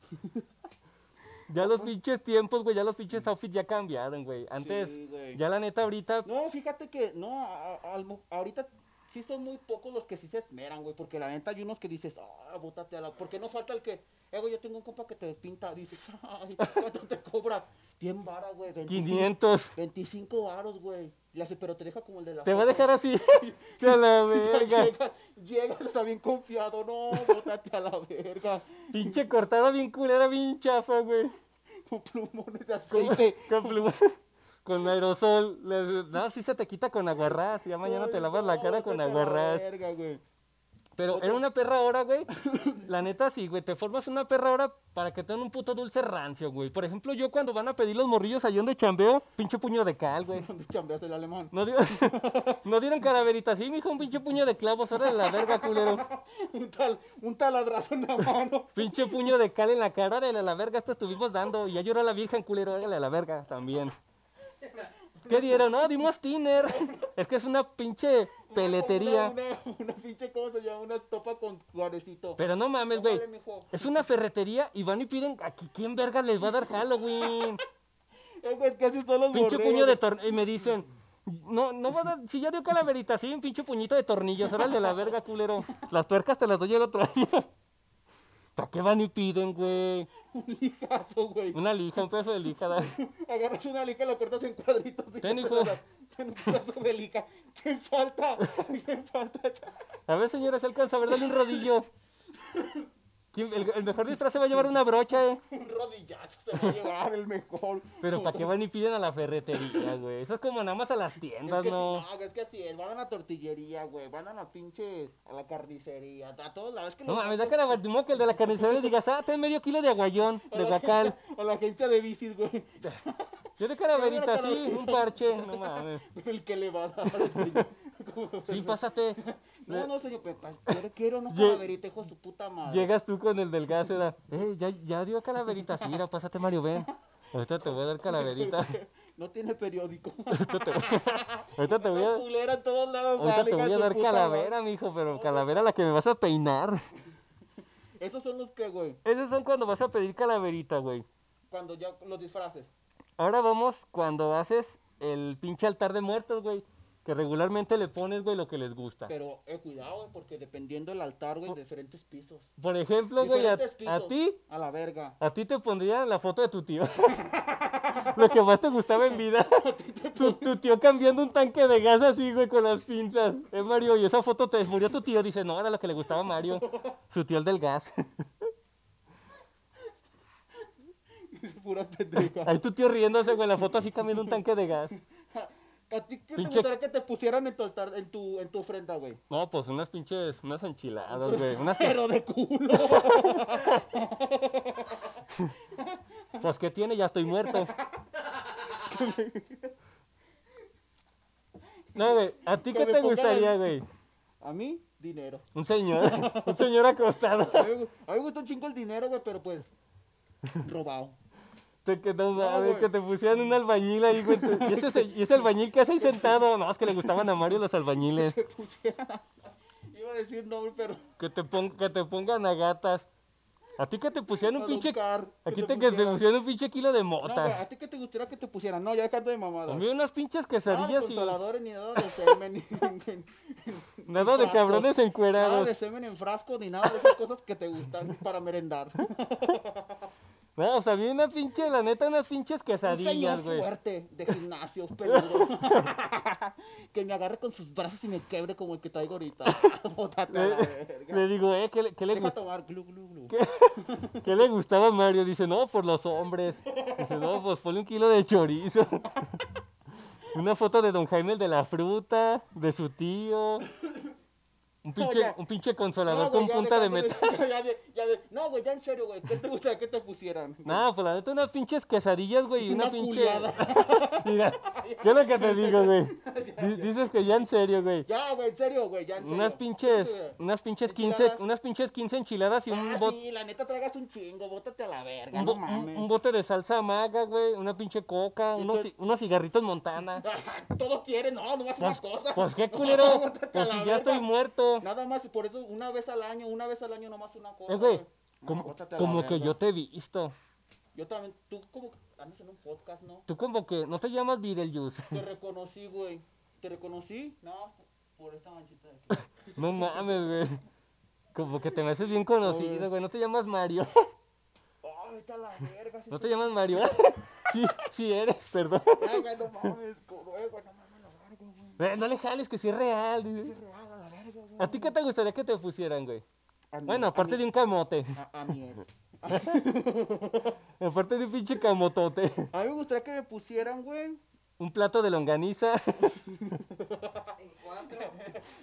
C: Ya los pinches tiempos, güey. Ya los pinches outfits ya cambiaron, güey. Antes,
B: Sí, güey.
C: ya la neta,
B: No,
C: ahorita.
B: pues fíjate que, no, a- a- al mo- ahorita sí son muy pocos los que sí se esmeran, güey, porque la neta hay unos que dices, ah, bótate a la... Porque no falta el que, eh, güey, yo tengo un compa que te pinta, dices, ay, ¿cuánto te cobras? 100 varas, güey, 25,
C: 500.
B: 25 varos, güey. Le hace, pero te deja como el de la...
C: Te va a
B: foto".
C: dejar así. Te la
B: Ya
C: verga.
B: Llega, llega, está bien confiado, no, bótate a la verga.
C: Pinche cortada bien culera, bien chafa, güey.
B: Con plumones de
C: Con,
B: aceite.
C: con pluma- con aerosol. Les- No, sí se te quita con aguarrás. Ya mañana te
B: Ay,
C: lavas la
B: no,
C: cara con
B: bótate a la
C: aguarrás.
B: verga, güey.
C: Pero era una perra ahora, güey. La neta, sí, güey. Te formas una perra ahora para que te den un puto dulce rancio, güey. Por ejemplo, yo cuando van a pedir los morrillos allá donde chambeo, pinche puño de cal, güey.
B: ¿Dónde chambeas el alemán?
C: No dieron, no dieron calaverita, sí, mijo, un pinche puño de clavos, ahora la verga, culero.
B: Un, tal, un taladrazo en la mano.
C: Pinche puño de cal en la cara, órale a la verga, esto estuvimos dando. Y ya lloró la virgen, culero, órale a la verga también. ¿Qué dieron? No, dimos tiner. Es que es una pinche peletería.
B: Una, una- una pinche cosa, ya una topa con guarecito.
C: Pero no mames, güey.
B: Órale, mijo.
C: Es una ferretería y van y piden aquí quién verga les va a dar Halloween.
B: Eh, güey, ¿qué haces todos los
C: Pinche
B: borregos?
C: puño de tornillo. Y me dicen, no, no va a dar. Si ya dio calaverita, sí, un pinche puñito de tornillos. Órale, la verga, culero. Las tuercas te las doy el otro día. ¿Para qué van y piden, güey?
B: Un lijazo, güey.
C: Una lija, un pedazo de lija. da-
B: Agarras una lica y la cortas en cuadritos. y
C: Ten,
B: te
C: hijo.
B: la das. Ten un pedazo de lica. ¿Quién falta? ¿Quién falta?
C: A ver, señora, se alcanza a ver, dale un rodillo. ¿Quién- El, el mejor disfraz se va a llevar una brocha, eh.
B: Un rodillazo se va a llevar el mejor.
C: Pero ¿para qué van y piden a la ferretería, güey? Eso es como nada más a las
B: Es
C: tiendas,
B: que
C: ¿no?
B: sí, no, es que sí, van a la tortillería, güey, van a la pinche, a la carnicería, a todos lados. Es que
C: No
B: los
C: mames, da
B: vatos-
C: que la Baltimore que el de la carnicería le digas, ah, ten medio kilo de aguayón,
B: a
C: de
B: la
C: guacal.
B: agencia- A la agencia de bicis, güey.
C: Yo de calaverita, sí,
B: calaverita.
C: un parche, no mames.
B: El que le va a dar al señor.
C: Sí, pásate.
B: No, no, señor Pepa, quiero, quiero una
C: Lle-
B: calaverita, hijo de su puta madre.
C: Llegas tú con el del gas, era, eh, ya, ya dio calaverita, sí, mira, pásate, Mario, ven. Ahorita te voy a dar calaverita.
B: No tiene periódico.
C: Ahorita te voy a- ahorita te voy a...
B: Esa culera en todos lados
C: Ahorita
B: sale,
C: te
B: hija
C: voy
B: de
C: a
B: su
C: dar
B: puta
C: calavera, mijo, pero calavera la que me vas a peinar.
B: madre. Esos son los que, güey,
C: Esos son cuando vas a pedir calaverita, güey.
B: cuando ya los disfraces.
C: Ahora vamos cuando haces el pinche altar de muertos, güey. Que regularmente le pones, güey, lo que les gusta.
B: Pero, eh, cuidado, güey, porque dependiendo del altar, güey, diferentes pisos.
C: Por ejemplo, güey, a,
B: Diferentes
C: a
B: pisos.
C: ti,
B: A la verga.
C: a ti te pondría la foto de tu tío. lo que más te gustaba en vida. tu, tu tío cambiando un tanque de gas así, güey, con las pinzas. Eh, Mario, y esa foto te murió tu tío. Dice, no, era lo que le gustaba a Mario. Su tío el del gas.
B: Puras pendejas.
C: Ahí tu tío riéndose, güey, la foto así cambiando un tanque de gas.
B: ¿A ti qué te
C: Pinche-
B: gustaría que te pusieran en tu altar, en tu, en tu ofrenda, güey?
C: No, pues unas pinches, unas enchiladas, güey. Unas que,
B: Pero de culo.
C: pues que tiene, ya estoy muerto. No, güey, ¿a ti
B: Que
C: qué
B: me
C: te
B: pongan
C: gustaría,
B: al-
C: güey?
B: A mí, dinero.
C: Un señor, un señor acostado.
B: A mí, me gu- a mí me gusta un chingo el dinero, güey, pero pues, robado.
C: Te que no mames,
B: güey.
C: que te pusieran un albañil ahí, güey. te- Y ese, se- y ese albañil que hace ahí sentado. No, es que le gustaban a Mario los albañiles.
B: Te pusieran. Iba a decir no, güey, pero.
C: Que te, pon- que te pongan a gatas. ¿A ti que te pusieran un
B: A
C: pinche...
B: Duncar,
C: Aquí
B: que te
C: te que te
B: pusieran.
C: pusieran un pinche kilo de
B: No, güey,
C: mota.
B: ¿a ti qué te gustaría que te pusieran? No, ya dejando de mamada.
C: A mí unas pinches quesadillas y...
B: consoladores ni nada de semen. ni- ni- ni- ni
C: Nada de
B: frascos.
C: cabrones encuerados.
B: Nada de semen en frasco ni nada de esas cosas que te gustan para merendar.
C: No, o sea, había una pinche, la neta, unas pinches
B: Un señor
C: quesadillas, güey.
B: fuerte de gimnasio, peludo. que me agarre con sus brazos y me quebre como el que traigo ahorita. Bótate a la verga.
C: Le digo, eh, ¿qué le, qué le
B: Deja
C: gust-
B: tomar glu, glu, glu.
C: ¿Qué le gustaba a Mario? Dice, no, por los hombres. Dice, no, pues ponle un kilo de chorizo. Una foto de Don Jaime el de la fruta, de su tío. Un pinche,
B: ya.
C: un pinche consolador
B: güey,
C: con
B: ya
C: punta de
B: cambio
C: metal.
B: Ya de, ya de, no, güey, ya en serio, güey. ¿Qué te gusta que te pusieran?
C: No, pues la neta, unas pinches quesadillas, güey, y una,
B: Una
C: pinche.
B: culiada.
C: Mira, ¿qué es lo que te digo, güey? Di- Dices que ya en serio, güey.
B: Ya, güey, en serio, güey, ya en serio.
C: Unas pinches, unas pinches 15,
B: Enchiladas.
C: unas pinches 15 enchiladas y un,
B: Ah,
C: bot,
B: sí, la neta tragas un chingo, bótate a la verga,
C: un,
B: no
C: bo- un-
B: mames.
C: un bote de salsa maga, güey, una pinche coca, unos,
B: qué?
C: ci- unos cigarritos montana.
B: Ah, Todo quiere, no, no más
C: Pues,
B: unas cosas.
C: pues qué
B: No,
C: culero,
B: bótate a
C: pues
B: la
C: si ya estoy
B: verga.
C: muerto.
B: Nada más, por eso una vez al año, una vez al año nomás una cosa.
C: Eh, güey,
B: No,
C: como,
B: bótate a la
C: como que
B: verga.
C: yo te he visto.
B: Yo también, tú como que andas en un podcast, ¿no?
C: Tú como que no te llamas Beetlejuice.
B: Te reconocí, güey. Te reconocí, no, por esta manchita de aquí.
C: No mames, güey. Como que te me haces bien conocido, güey. No te llamas Mario.
B: Ay, vete a la verga. si
C: No te
B: estoy-
C: llamas Mario. Sí, sí eres, perdón.
B: Ay, güey, no mames, coro, eh, güey, no mames, la verga, güey.
C: Eh, No le jales, que sí es real.
B: Es
C: dice.
B: real, a la verga, güey.
C: ¿A ti qué te gustaría que te pusieran, güey?
B: A mi-
C: Bueno,
B: a
C: aparte
B: mi-
C: de un camote.
B: A, a mi ex.
C: Aparte de un pinche camotote.
B: A mí me gustaría que me pusieran, güey.
C: Un plato de longaniza.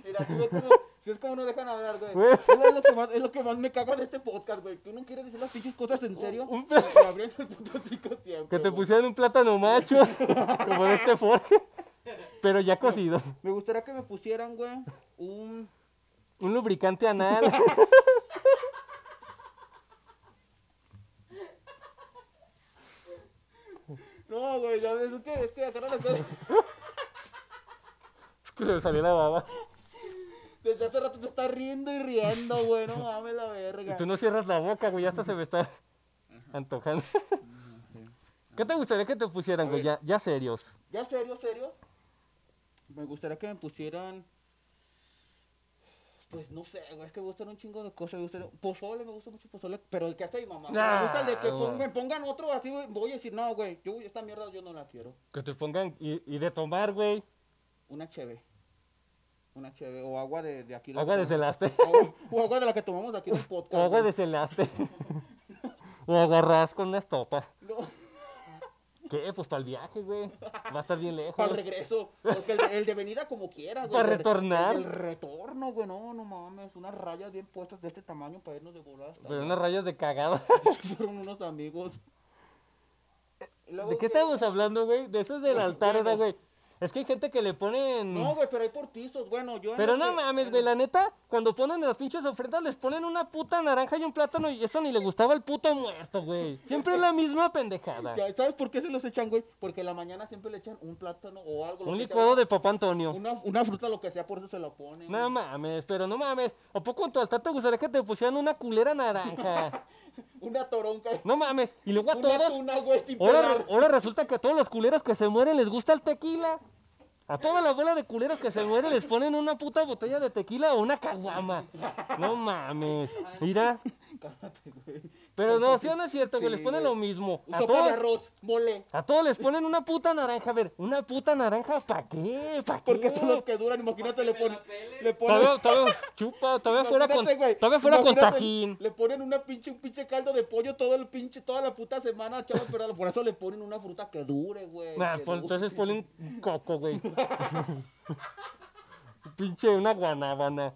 B: Mira, tú ves cómo, si es como no dejan hablar, güey.
C: Güey.
B: Es lo- es lo, que más, es lo que más me caga de este podcast, güey. Que uno quiere decir las pinches cosas en serio.
C: Un- un
B: y y abriendo el puto hocico siempre.
C: Que te
B: güey.
C: pusieran un plátano macho. Como de este Forge. Pero ya cocido.
B: Me gustaría que me pusieran, güey, un.
C: Un lubricante anal.
B: No, güey, ya ves, es que, es que acá no las cosas.
C: Es que se me salió la baba.
B: Desde hace rato te estás riendo y riendo, güey. No mames la
C: Y
B: verga.
C: tú no cierras la boca, güey. Hasta se me está antojando. ¿Qué te gustaría que te pusieran, güey? Ya, ya serios.
B: Ya serio, serio. Me gustaría que me pusieran. Pues no sé, güey, es que me gustan un chingo de cosas. Me gustan... Pozole, me gusta mucho pozole, pero el que hace mi mamá. güey.
C: Ah,
B: me gusta el de que
C: güey.
B: pon- me pongan otro así, güey. Voy a decir, no, güey, yo esta mierda yo no la quiero.
C: Que te pongan y, y de tomar, güey.
B: Una cheve. Una cheve. O agua de, de aquí. la
C: Agua
B: que
C: de
B: tomamos.
C: celaste.
B: O, o agua de la que tomamos aquí en el podcast.
C: O agua
B: güey.
C: de celaste. O agarras con una estopa.
B: No,
C: ¿Qué? Pues para el viaje, güey. Va a estar bien lejos.
B: para el regreso. Porque el de, el de venida como quiera, güey.
C: Para
B: el de-
C: retornar.
B: El, del retorno, güey. No, no mames. Unas rayas bien puestas de este tamaño para irnos de volada. hasta
C: Pero unas rayas de cagada.
B: Fueron unos amigos.
C: ¿De qué estábamos hablando, güey? De eso es del altar, ¿verdad, güey. Es que hay gente que le ponen...
B: No, güey, pero hay portizos, bueno, yo... en
C: Pero
B: lo que-
C: no mames, güey, la neta, cuando ponen las pinches ofrendas les ponen una puta naranja y un plátano y eso ni le gustaba al puto muerto, güey. Siempre es la misma pendejada.
B: Ya, ¿Sabes por qué se los echan, güey? Porque en la mañana siempre le echan un plátano o algo. lo
C: Un
B: que
C: licuado
B: sea,
C: de papá Antonio.
B: Una, una fruta, lo que sea, por eso se la ponen.
C: No mames, pero no mames. ¿A poco en tu altar te gustaría que te pusieran una culera naranja?
B: Una toronca.
C: No mames. Y luego a
B: Una
C: todos,
B: tuna, güey, sin
C: ahora,
B: pelar.
C: re- ahora resulta que a todos los culeros que se mueren les gusta el tequila. A toda la bola de culeros que se mueren les ponen una puta botella de tequila o una caguama. No mames. Mira.
B: Cálmate, güey.
C: Pero no, si no es cierto, güey, les
B: Sí,
C: ponen
B: güey.
C: lo mismo. A
B: Sopa de
C: todos,
B: arroz, mole.
C: a todos les ponen una puta naranja. A ver, ¿una puta naranja para qué? ¿Para qué?
B: Porque son los que duran, imagínate, le ponen... Le ponen...
C: Todavía, todavía- chupa, todavía fuera con,
B: Imagínate, güey,
C: todavía fuera con
B: imagínate,
C: tajín.
B: Le ponen una pinche, un pinche caldo de pollo todo el pinche, toda la puta semana, chaval, pero por eso le ponen una fruta que dure, güey.
C: Nah,
B: que
C: pon-
B: dure.
C: entonces ponen un coco, güey. Pinche una guanábana.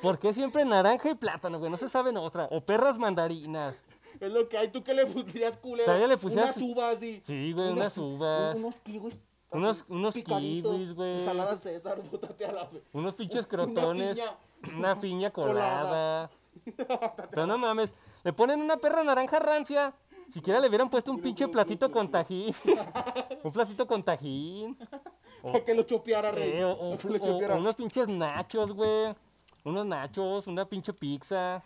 C: ¿Por qué siempre naranja y plátano, güey? No se saben otra. O perras mandarinas.
B: Es lo que hay, ¿tú qué le pondrías, culero?
C: Todavía le pusieras-
B: Unas uvas, sí.
C: Sí, güey, unas uvas.
B: Unos kiwis. así,
C: Unos- unos
B: picaditos,
C: kiwis, güey.
B: Ensalada César, bótate a la... ve-
C: Unos pinches
B: Una
C: crotones. Una piña,
B: piña.
C: colada. Pero no mames. Le ponen una perra naranja rancia. Siquiera le hubieran puesto un pinche platito con tajín. un platito con tajín.
B: Para que lo chopeara, rey.
C: Eh, o, o-
B: Para que lo
C: o-
B: chopeara.
C: o unos pinches nachos, güey. Unos nachos, una pinche pizza.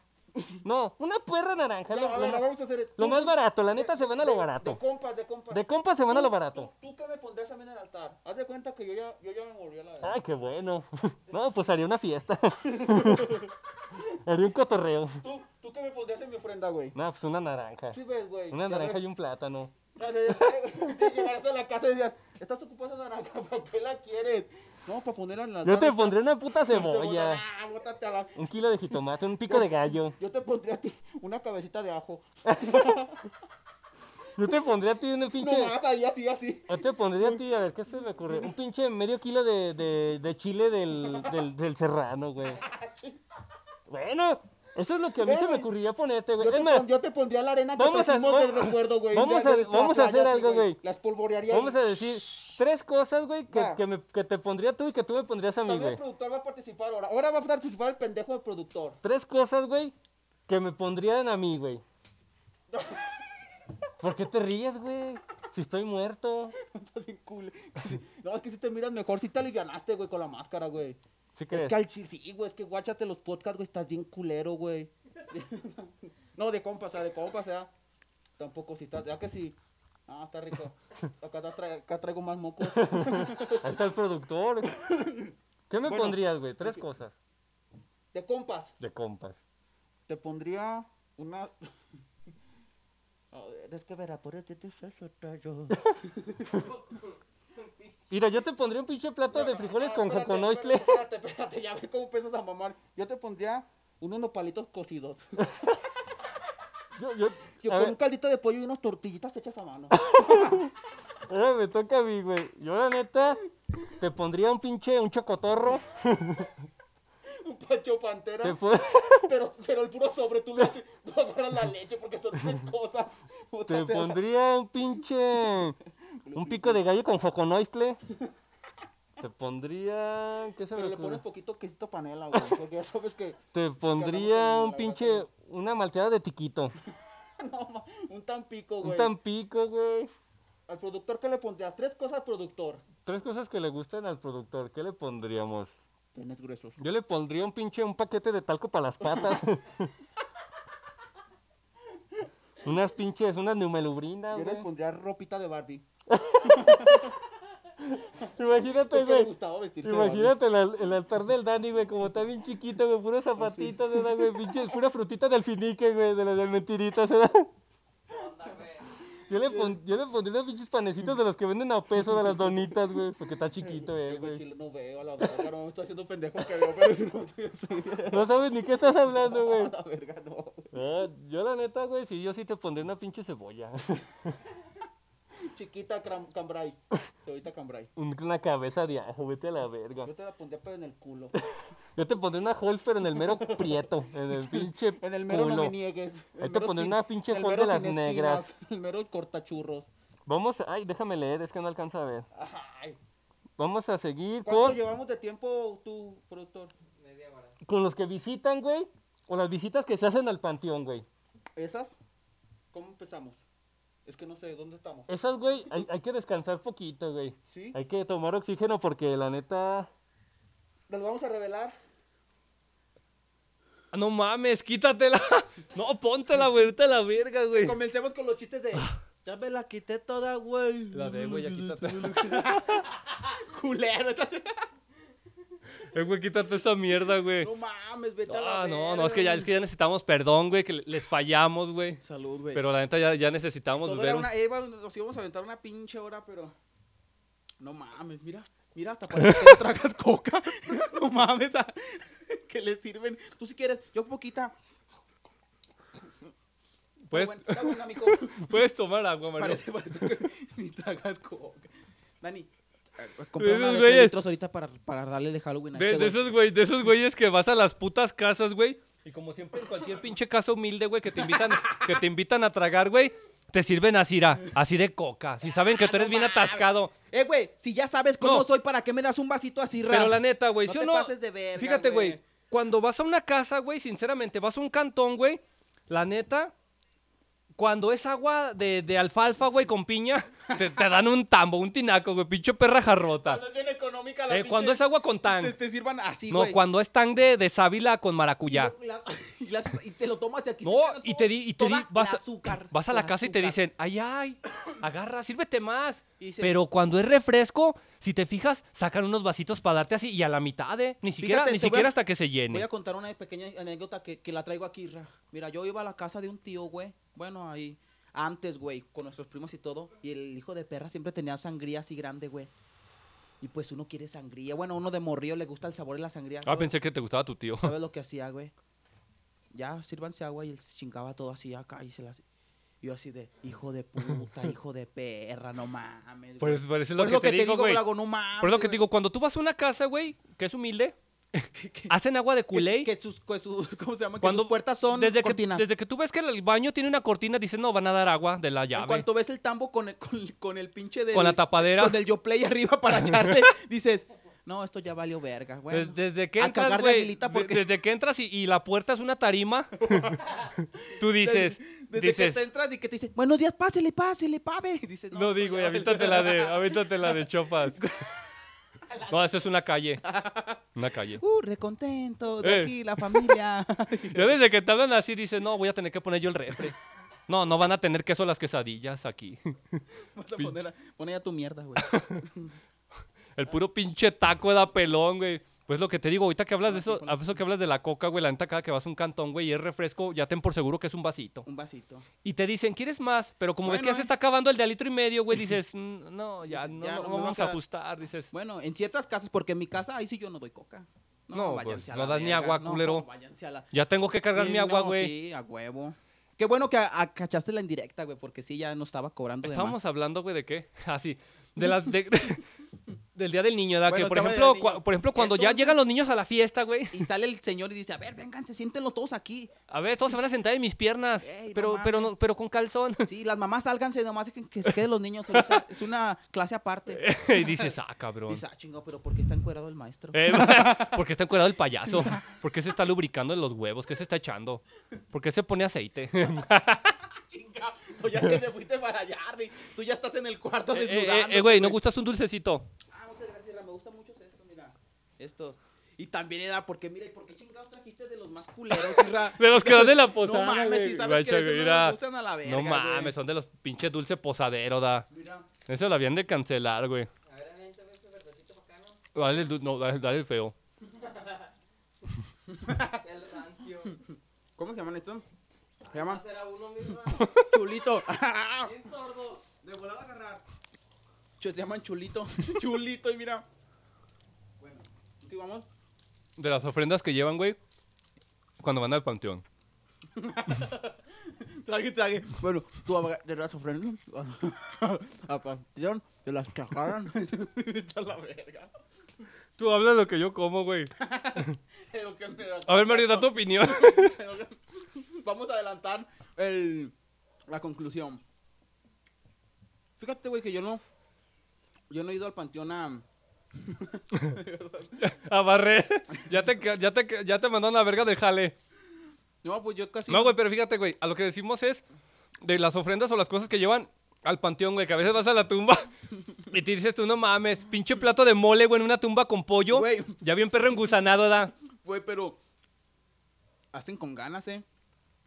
C: No, una perra naranja.
B: Ya,
C: lo,
B: a
C: lo
B: ver,
C: ma-
B: a ver, vamos a hacer...
C: lo
B: tú-
C: más barato, la neta
B: de-
C: se van a lo
B: de-
C: barato.
B: De compas, de compas.
C: De compas se van a lo barato.
B: ¿Tú, tú qué me pondrías a mí en el altar? Haz de cuenta que yo ya, yo ya me morí a la verga.
C: Ay, qué bueno. No, pues haría una fiesta. haría un cotorreo.
B: ¿Tú, tú ¿Tú qué me pondrías en mi ofrenda, güey?
C: No, pues una naranja.
B: Sí ves, güey.
C: Una
B: Ya
C: naranja
B: ves.
C: y un plátano.
B: Dale, eh, Te llegarás a la casa y dirías, estás ocupada esa naranja, ¿para qué la quieres? No, para ponerla en la
C: Yo te
B: tabla.
C: pondré una puta
B: Te botan,
C: cebolla.
B: Ah, bótate a la...
C: Un kilo de jitomate, un pico de gallo.
B: Yo te pondría a ti una cabecita de ajo.
C: Yo te pondré a ti un
B: No
C: pinche.
B: más, ahí así, así.
C: Yo te pondría
B: Pues,
C: a ti, a ver, ¿qué se me ocurre? Un pinche medio kilo de, de, de chile del, del, del serrano, güey.
B: Ah,
C: Bueno, eso es lo que a mí
B: Eh,
C: se me
B: güey.
C: ocurriría ponerte, güey.
B: Yo te,
C: Es más,
B: pon- yo te pondría la arena que
C: vamos a-
B: te hicimos del
C: va-
B: recuerdo, güey.
C: vamos
B: de-
C: a-
B: de- de la
C: vamos a
B: playa,
C: hacer
B: así,
C: algo, güey.
B: Las polvorearía.
C: vamos a decir tres cosas, güey, que,
B: Va.
C: que, me- que te pondría tú y que tú me pondrías a mí,
B: También
C: güey.
B: el productor va a participar ahora. Ahora va a participar el pendejo del productor.
C: Tres cosas, güey, que me pondrían a mí, güey. ¿Por qué te ríes, güey? Si estoy muerto.
B: Estás bien cool. No, es que si te miras mejor, si te alivianaste, güey, con la máscara, güey.
C: ¿Sí crees?
B: Es que al chile, sí, güey, es que guáchate los podcasts, güey, estás bien culero, güey. no, de compas, o sea, de compas, o sea. Tampoco si estás, ya que sí. Ah, está rico. Acá, tra- tra- acá traigo más moco.
C: Ahí está el productor. ¿Qué me
B: Bueno,
C: pondrías, güey? Tres cosas
B: De compas,
C: de compas.
B: te pondría una... A ver, es que verá, por eso te eso tallo.
C: Mira, yo te pondría un pinche plato de frijoles
B: Ah,
C: con,
B: espérate,
C: con
B: espérate,
C: oyster.
B: Espérate, espérate, ya ves cómo empiezas a mamar. Yo te pondría unos nopalitos cocidos.
C: Yo, yo,
B: Yo
C: a
B: con un
C: ver,
B: caldito de pollo y unas tortillitas hechas a mano.
C: ahora me toca a mí, güey. Yo, la neta, te pondría un pinche, un chocotorro.
B: un pancho pantera.
C: Te pon-
B: Pero, pero el puro sobre tú le tú agarras la leche porque son tres cosas.
C: te pondría un pinche, un pico de gallo con foconoistle. Te pondría, ¿qué se me
B: Pero le
C: ocurre?
B: pones poquito quesito panela, güey. Porque ya sabes que.
C: Te
B: la
C: pondría un
B: verdad,
C: pinche, una malteada de tiquito.
B: No, ma, un tan pico,
C: Un
B: güey.
C: tampico, güey.
B: Al productor, ¿qué le pondrías? Tres cosas al productor.
C: Tres cosas que le gustan al productor. ¿Qué le pondríamos?
B: Penes gruesos.
C: Yo le pondría un pinche un paquete de talco para las patas. unas pinches, unas numelubrinas,
B: Yo les
C: Ah, güey.
B: pondría ropita de Barbie.
C: Imagínate,
B: Es que le
C: güey.
B: gustaba vestirse de
C: Imagínate el, al- el altar del Dani, güey, como está bien chiquito, güey, puros zapatitos, ¿verdad, güey? Pinche, pura frutita del finique, güey, de las del mentiritas, ¿verdad? Yo le, pon- yo le pondría unos pinches panecitos de los que venden a peso, de las donitas, güey, porque está chiquito,
B: Barbie.
C: eh,
B: Yo, güey,
C: güey.
B: chile, no veo a la verga, no me estoy haciendo pendejo que veo, pero no estoy así.
C: No sabes ni qué estás hablando,
B: A
C: güey.
B: la verga, no. güey.
C: Ah, yo la neta, güey, sí, yo sí te pondría una pinche cebolla.
B: Chiquita cram- cambray. Cebollita cambray.
C: Un- Una cabeza de ajo, vete a la verga.
B: Yo te la pondría pero en el culo.
C: Yo te pondré una holster en el mero prieto, en el pinche
B: En el mero no
C: culo.
B: me niegues.
C: Ahí
B: El
C: te
B: mero
C: pondré
B: sin-
C: una pinche
B: el
C: Juan
B: mero
C: de las
B: sin
C: negras.
B: esquinas, El mero cortachurros.
C: Vamos, a- ay, déjame leer, es que no alcanza a ver.
B: Ay,
C: Vamos a seguir
B: ¿Cuánto
C: con,
B: llevamos de tiempo tú, productor?
C: con los que visitan, güey, o las visitas que se hacen al panteón, güey.
B: ¿Esas? ¿Cómo empezamos? Es que no sé, ¿dónde estamos?
C: Esas, güey, hay, hay que descansar poquito, güey.
B: ¿Sí?
C: Hay que tomar oxígeno porque la neta...
B: ¿Nos vamos a revelar?
A: Ah, No mames, quítatela. No, póntela, güey. Vete a la verga, güey.
B: Comencemos con los chistes de... Ya me la quité toda, güey.
A: La de, güey, ya quítatela.
B: Culero. estás-
A: Eh, güey, quítate esa mierda, güey.
B: No mames, vete a la
A: Ah, no,
B: verga,
A: no, es que ya, es que ya necesitamos perdón, güey, que le- les fallamos, güey.
B: güey. Salud, güey.
A: Pero la neta ya, ya necesitamos
B: Todo
A: ver.
B: era
A: un-
B: una... eh, iba- nos íbamos a aventar una pinche hora, pero... No mames, mira. Mira, hasta parece que no tragas coca. No mames. ah, Que le sirven. Tú si quieres, yo poquita.
A: Puedes,
B: Bueno, está bueno, amigo.
A: puedes tomar agua, Mario.
B: Parece, parece que ni tragas coca. Dani,
A: De
B: compré una
A: esos
B: de
A: güeyes.
B: litros ahorita para, para darle de Halloween a
A: De,
B: este
A: de
B: güey.
A: esos, güey, de esos güeyes que vas a las putas casas, güey. Y como siempre en cualquier pinche casa humilde, güey, que te invitan, que te invitan a tragar, güey, te sirven así, ra, así de coca. Si saben que tú eres bien atascado.
B: Eh, güey, si ya sabes cómo
A: No.
B: soy, ¿para qué me das un vasito así, Raf?
A: Pero la neta, güey,
B: No
A: ¿sí o
B: te
A: no?
B: pases de verga,
A: Fíjate, güey,
B: güey.
A: cuando vas a una casa, güey, sinceramente, vas a un cantón, güey, la neta, cuando es agua de, de alfalfa, güey, con piña, Te, te dan un tambo, un tinaco, güey, pinche perra jarrota.
B: Cuando es bien económica la
A: Eh,
B: pinche-
A: cuando es agua con
B: Te,
A: tan.
B: te sirvan así,
A: No,
B: güey.
A: cuando es tan de, de sábila con maracuyá.
B: Y, la- y las- y te lo tomas y aquí
A: No,
B: se queda
A: y
B: todo-
A: te di, y te di,
B: toda
A: vas,
B: la
A: a-
B: azúcar,
A: vas a la
B: la
A: casa y te
B: azúcar.
A: dicen, ay, ay, agarra, sírvete más.
B: Y dices-
A: Pero cuando es refresco, si te fijas, sacan unos vasitos para darte así y a la mitad, ¿eh? Ni siquiera,
B: Fíjate,
A: ni
B: te voy a-
A: siquiera hasta que se llene.
B: Voy a contar una pequeña anécdota que, que la traigo aquí. Ra. Mira, yo iba a la casa de un tío, güey. Bueno, ahí. Antes, güey, con nuestros primos y todo. Y el hijo de perra siempre tenía sangría así grande, güey. Y pues uno quiere sangría. Bueno, uno de morrillo le gusta el sabor de la sangría.
A: Ah,
B: ¿sabes?
A: pensé que te gustaba tu tío.
B: ¿Sabes lo que hacía, güey? Ya, sírvanse agua y él se chingaba todo así acá y se las... Yo así de, hijo de puta, hijo de perra, no mames.
A: Por
B: güey".
A: eso- por eso Pues, es lo que te digo, güey.
B: Blanco, no mames.
A: Por eso que te
B: güey.
A: digo, cuando tú vas a una casa, güey, que es humilde, hacen agua de
B: Que-
A: culé.
B: Que, sus, que sus, ¿cómo se llama? Que
A: Cuando-
B: sus puertas son
A: desde que,
B: cortinas.
A: desde que tú ves que el baño tiene una cortina, dicen, no, van a dar agua de la
B: en
A: llave.
B: cuanto ves el tambo con el, con, con el pinche de...
A: Con la tapadera.
B: Con el yo play arriba para echarle, dices, no, esto ya valió verga, güey.
A: Des- Pues desde que
B: a
A: entras,
B: cagar de
A: güey,
B: aguilita
A: de-
B: porque-
A: desde que entras y, y la puerta es una tarima, tú dices,
B: Desde que
A: dices,
B: te entras y que te dice, buenos días, pásele, pásele, pave. Y dices,
A: no,
B: no,
A: digo, y
B: ya valió
A: aviéntate la de, aviéntate la de chopas. No, esa es una calle, una calle.
B: Uh, recontento, de
A: Eh.
B: aquí, la familia.
A: Ya desde que te hablan así, dices, no, voy a tener que poner yo el refre. No, no van a tener queso las quesadillas aquí.
B: Vas a poner, a- poner a tu mierda, güey.
A: El puro pinche taco da pelón, güey. Pues lo que te digo, ahorita que hablas de eso, a eso que hablas de la coca, güey, la neta cada que vas a un cantón, güey, y es refresco, ya ten por seguro que es un vasito.
B: Un vasito.
A: Y te dicen, ¿quieres más? Pero como ves que
B: Bueno,
A: ya se
B: eh.
A: está acabando el de al litro y medio, güey, dices, "Mm, no, ya,
B: Dices,
A: no,
B: ya
A: no
B: no me va a
A: vamos a
B: quedar".
A: ajustar, dices.
B: Bueno, en ciertas casas, porque en mi casa ahí sí yo no doy coca. No,
A: No,
B: váyanse
A: pues,
B: a
A: no
B: la
A: das ni
B: verga.
A: agua,
B: No,
A: culero.
B: no, váyanse a la...
A: Ya tengo que cargar
B: Sí,
A: mi agua,
B: no,
A: güey.
B: Sí, a huevo. Qué bueno que a- a- cachaste la indirecta, güey, porque sí, ya no estaba cobrando de
A: Estábamos
B: más.
A: hablando, güey, de qué? Así, de las de- del día del niño, ¿verdad?
B: Bueno,
A: que por
B: estaba
A: ejemplo,
B: del niño.
A: cua- por ejemplo, cuando ya
B: Entonces-
A: llegan los niños a la fiesta, güey.
B: Y sale el señor y dice, a ver, vénganse, siéntenlo todos aquí.
A: A ver, todos se van a sentar en mis piernas,
B: Ey, no
A: pero pero
B: mames.
A: no, pero con calzón.
B: Sí, las mamás sálganse, nomás dejen que se queden los niños ahorita. Es una clase aparte.
A: y dices, "Ah, cabrón."
B: Dice, ah, chingo, pero ¿por qué está encuerado el maestro?
A: Eh, porque está encuerado el payaso. Porque se está lubricando en los huevos, que se está echando. Porque se pone aceite. Eh,
B: Chinga, o ya que te fuiste para allá, Harry. Tú ya estás en el cuarto
A: Eh,
B: desnudando.
A: eh, eh, güey, ¿no gustas un dulcecito?
B: Ah, muchas gracias, Ra, me gustan mucho estos, mira. Estos. Y también era porque, mira, ¿y por qué chingados trajiste de los más culeros, Ra?
A: De los que dan de la posada.
B: No mames,
A: güey.
B: si sabes que
A: Guacha,
B: de esos no
A: mira.
B: me gustan a la verga,
A: No
B: güey.
A: mames, son de los pinches dulce posadero, da.
B: Mira,
A: Eso lo habían de cancelar, güey. Dale el, du- no, dale, dale el feo.
E: El rancio.
B: ¿cómo se llaman estos? Se llaman
E: Será uno mismo.
B: chulito.
E: Bien sordo. De volada a agarrar.
B: Ch- se llaman chulito. chulito, y mira. Bueno, ¿qué vamos?
A: De las ofrendas que llevan, güey, cuando van al panteón.
B: Traje, traje. Bueno, tú abra- de las ofrendas a panteón, de las chajaran. Está la verga.
A: Tú hablas lo que yo como, güey.
B: De lo que me da-
A: A ver, Mario, da tu opinión.
B: Vamos a adelantar el- la conclusión. Fíjate, güey, que yo no. Yo no he ido al panteón a.
A: A barrer. Ya te, ca- ya te, ca- ya te mandaron la verga de jale.
B: No, pues yo casi.
A: No, güey, pero fíjate, güey, a lo que decimos es de las ofrendas o las cosas que llevan al panteón, güey, que a veces vas a la tumba y te dices tú, no mames, pinche plato de mole, güey, en una tumba con pollo.
B: Güey.
A: Ya bien perro engusanado, da.
B: Güey, pero. Hacen con ganas, ¿eh?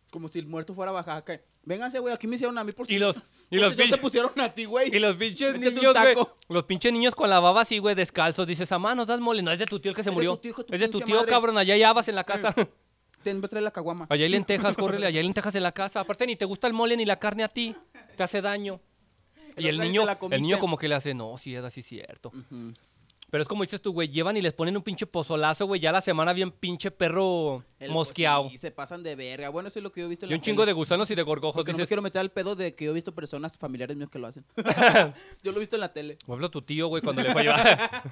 B: Como si el muerto fuera Oaxaca. Vénganse, güey, aquí me hicieron a mí por
A: Y
B: si-
A: los- y
B: por
A: los
B: si no
A: pinches-
B: te pusieron a ti, güey.
A: Y los pinches
B: Échate un
A: niños, güey,
B: taco.
A: los pinches niños con la baba así, güey, descalzos. Dices, mamá, nos das mole. No, es de tu tío el que se
B: Es de
A: murió.
B: tu tío, hijo de tu
A: es de tu
B: pinche
A: tío,
B: madre. Eh.
A: cabrón. Allá hay habas en la casa.
B: Ten, voy a traer la caguama.
A: Allá hay lentejas, córrele. Allá hay lentejas en la casa. Aparte, ni te gusta el mole ni la carne a ti. Te hace daño. Y
B: El
A: el
B: otro día
A: niño,
B: te la
A: el
B: comiste.
A: niño como que le hace, no, sí, es así cierto.
B: Ujú.
A: Pero es como dices tú, güey, llevan y les ponen un pinche pozolazo, güey, ya la semana bien pinche perro
B: El- pues,
A: mosqueado.
B: sí, se pasan de verga. Bueno, eso es lo que yo he visto. en
A: Y
B: la
A: un chingo
B: tele.
A: de gusanos y de gorgojos.
B: Porque no me
A: Dices,
B: quiero meter al pedo de que yo he visto personas familiares míos que lo hacen. yo lo he visto en la tele.
A: "Me habla tu tío, güey, cuando le fue a llevar.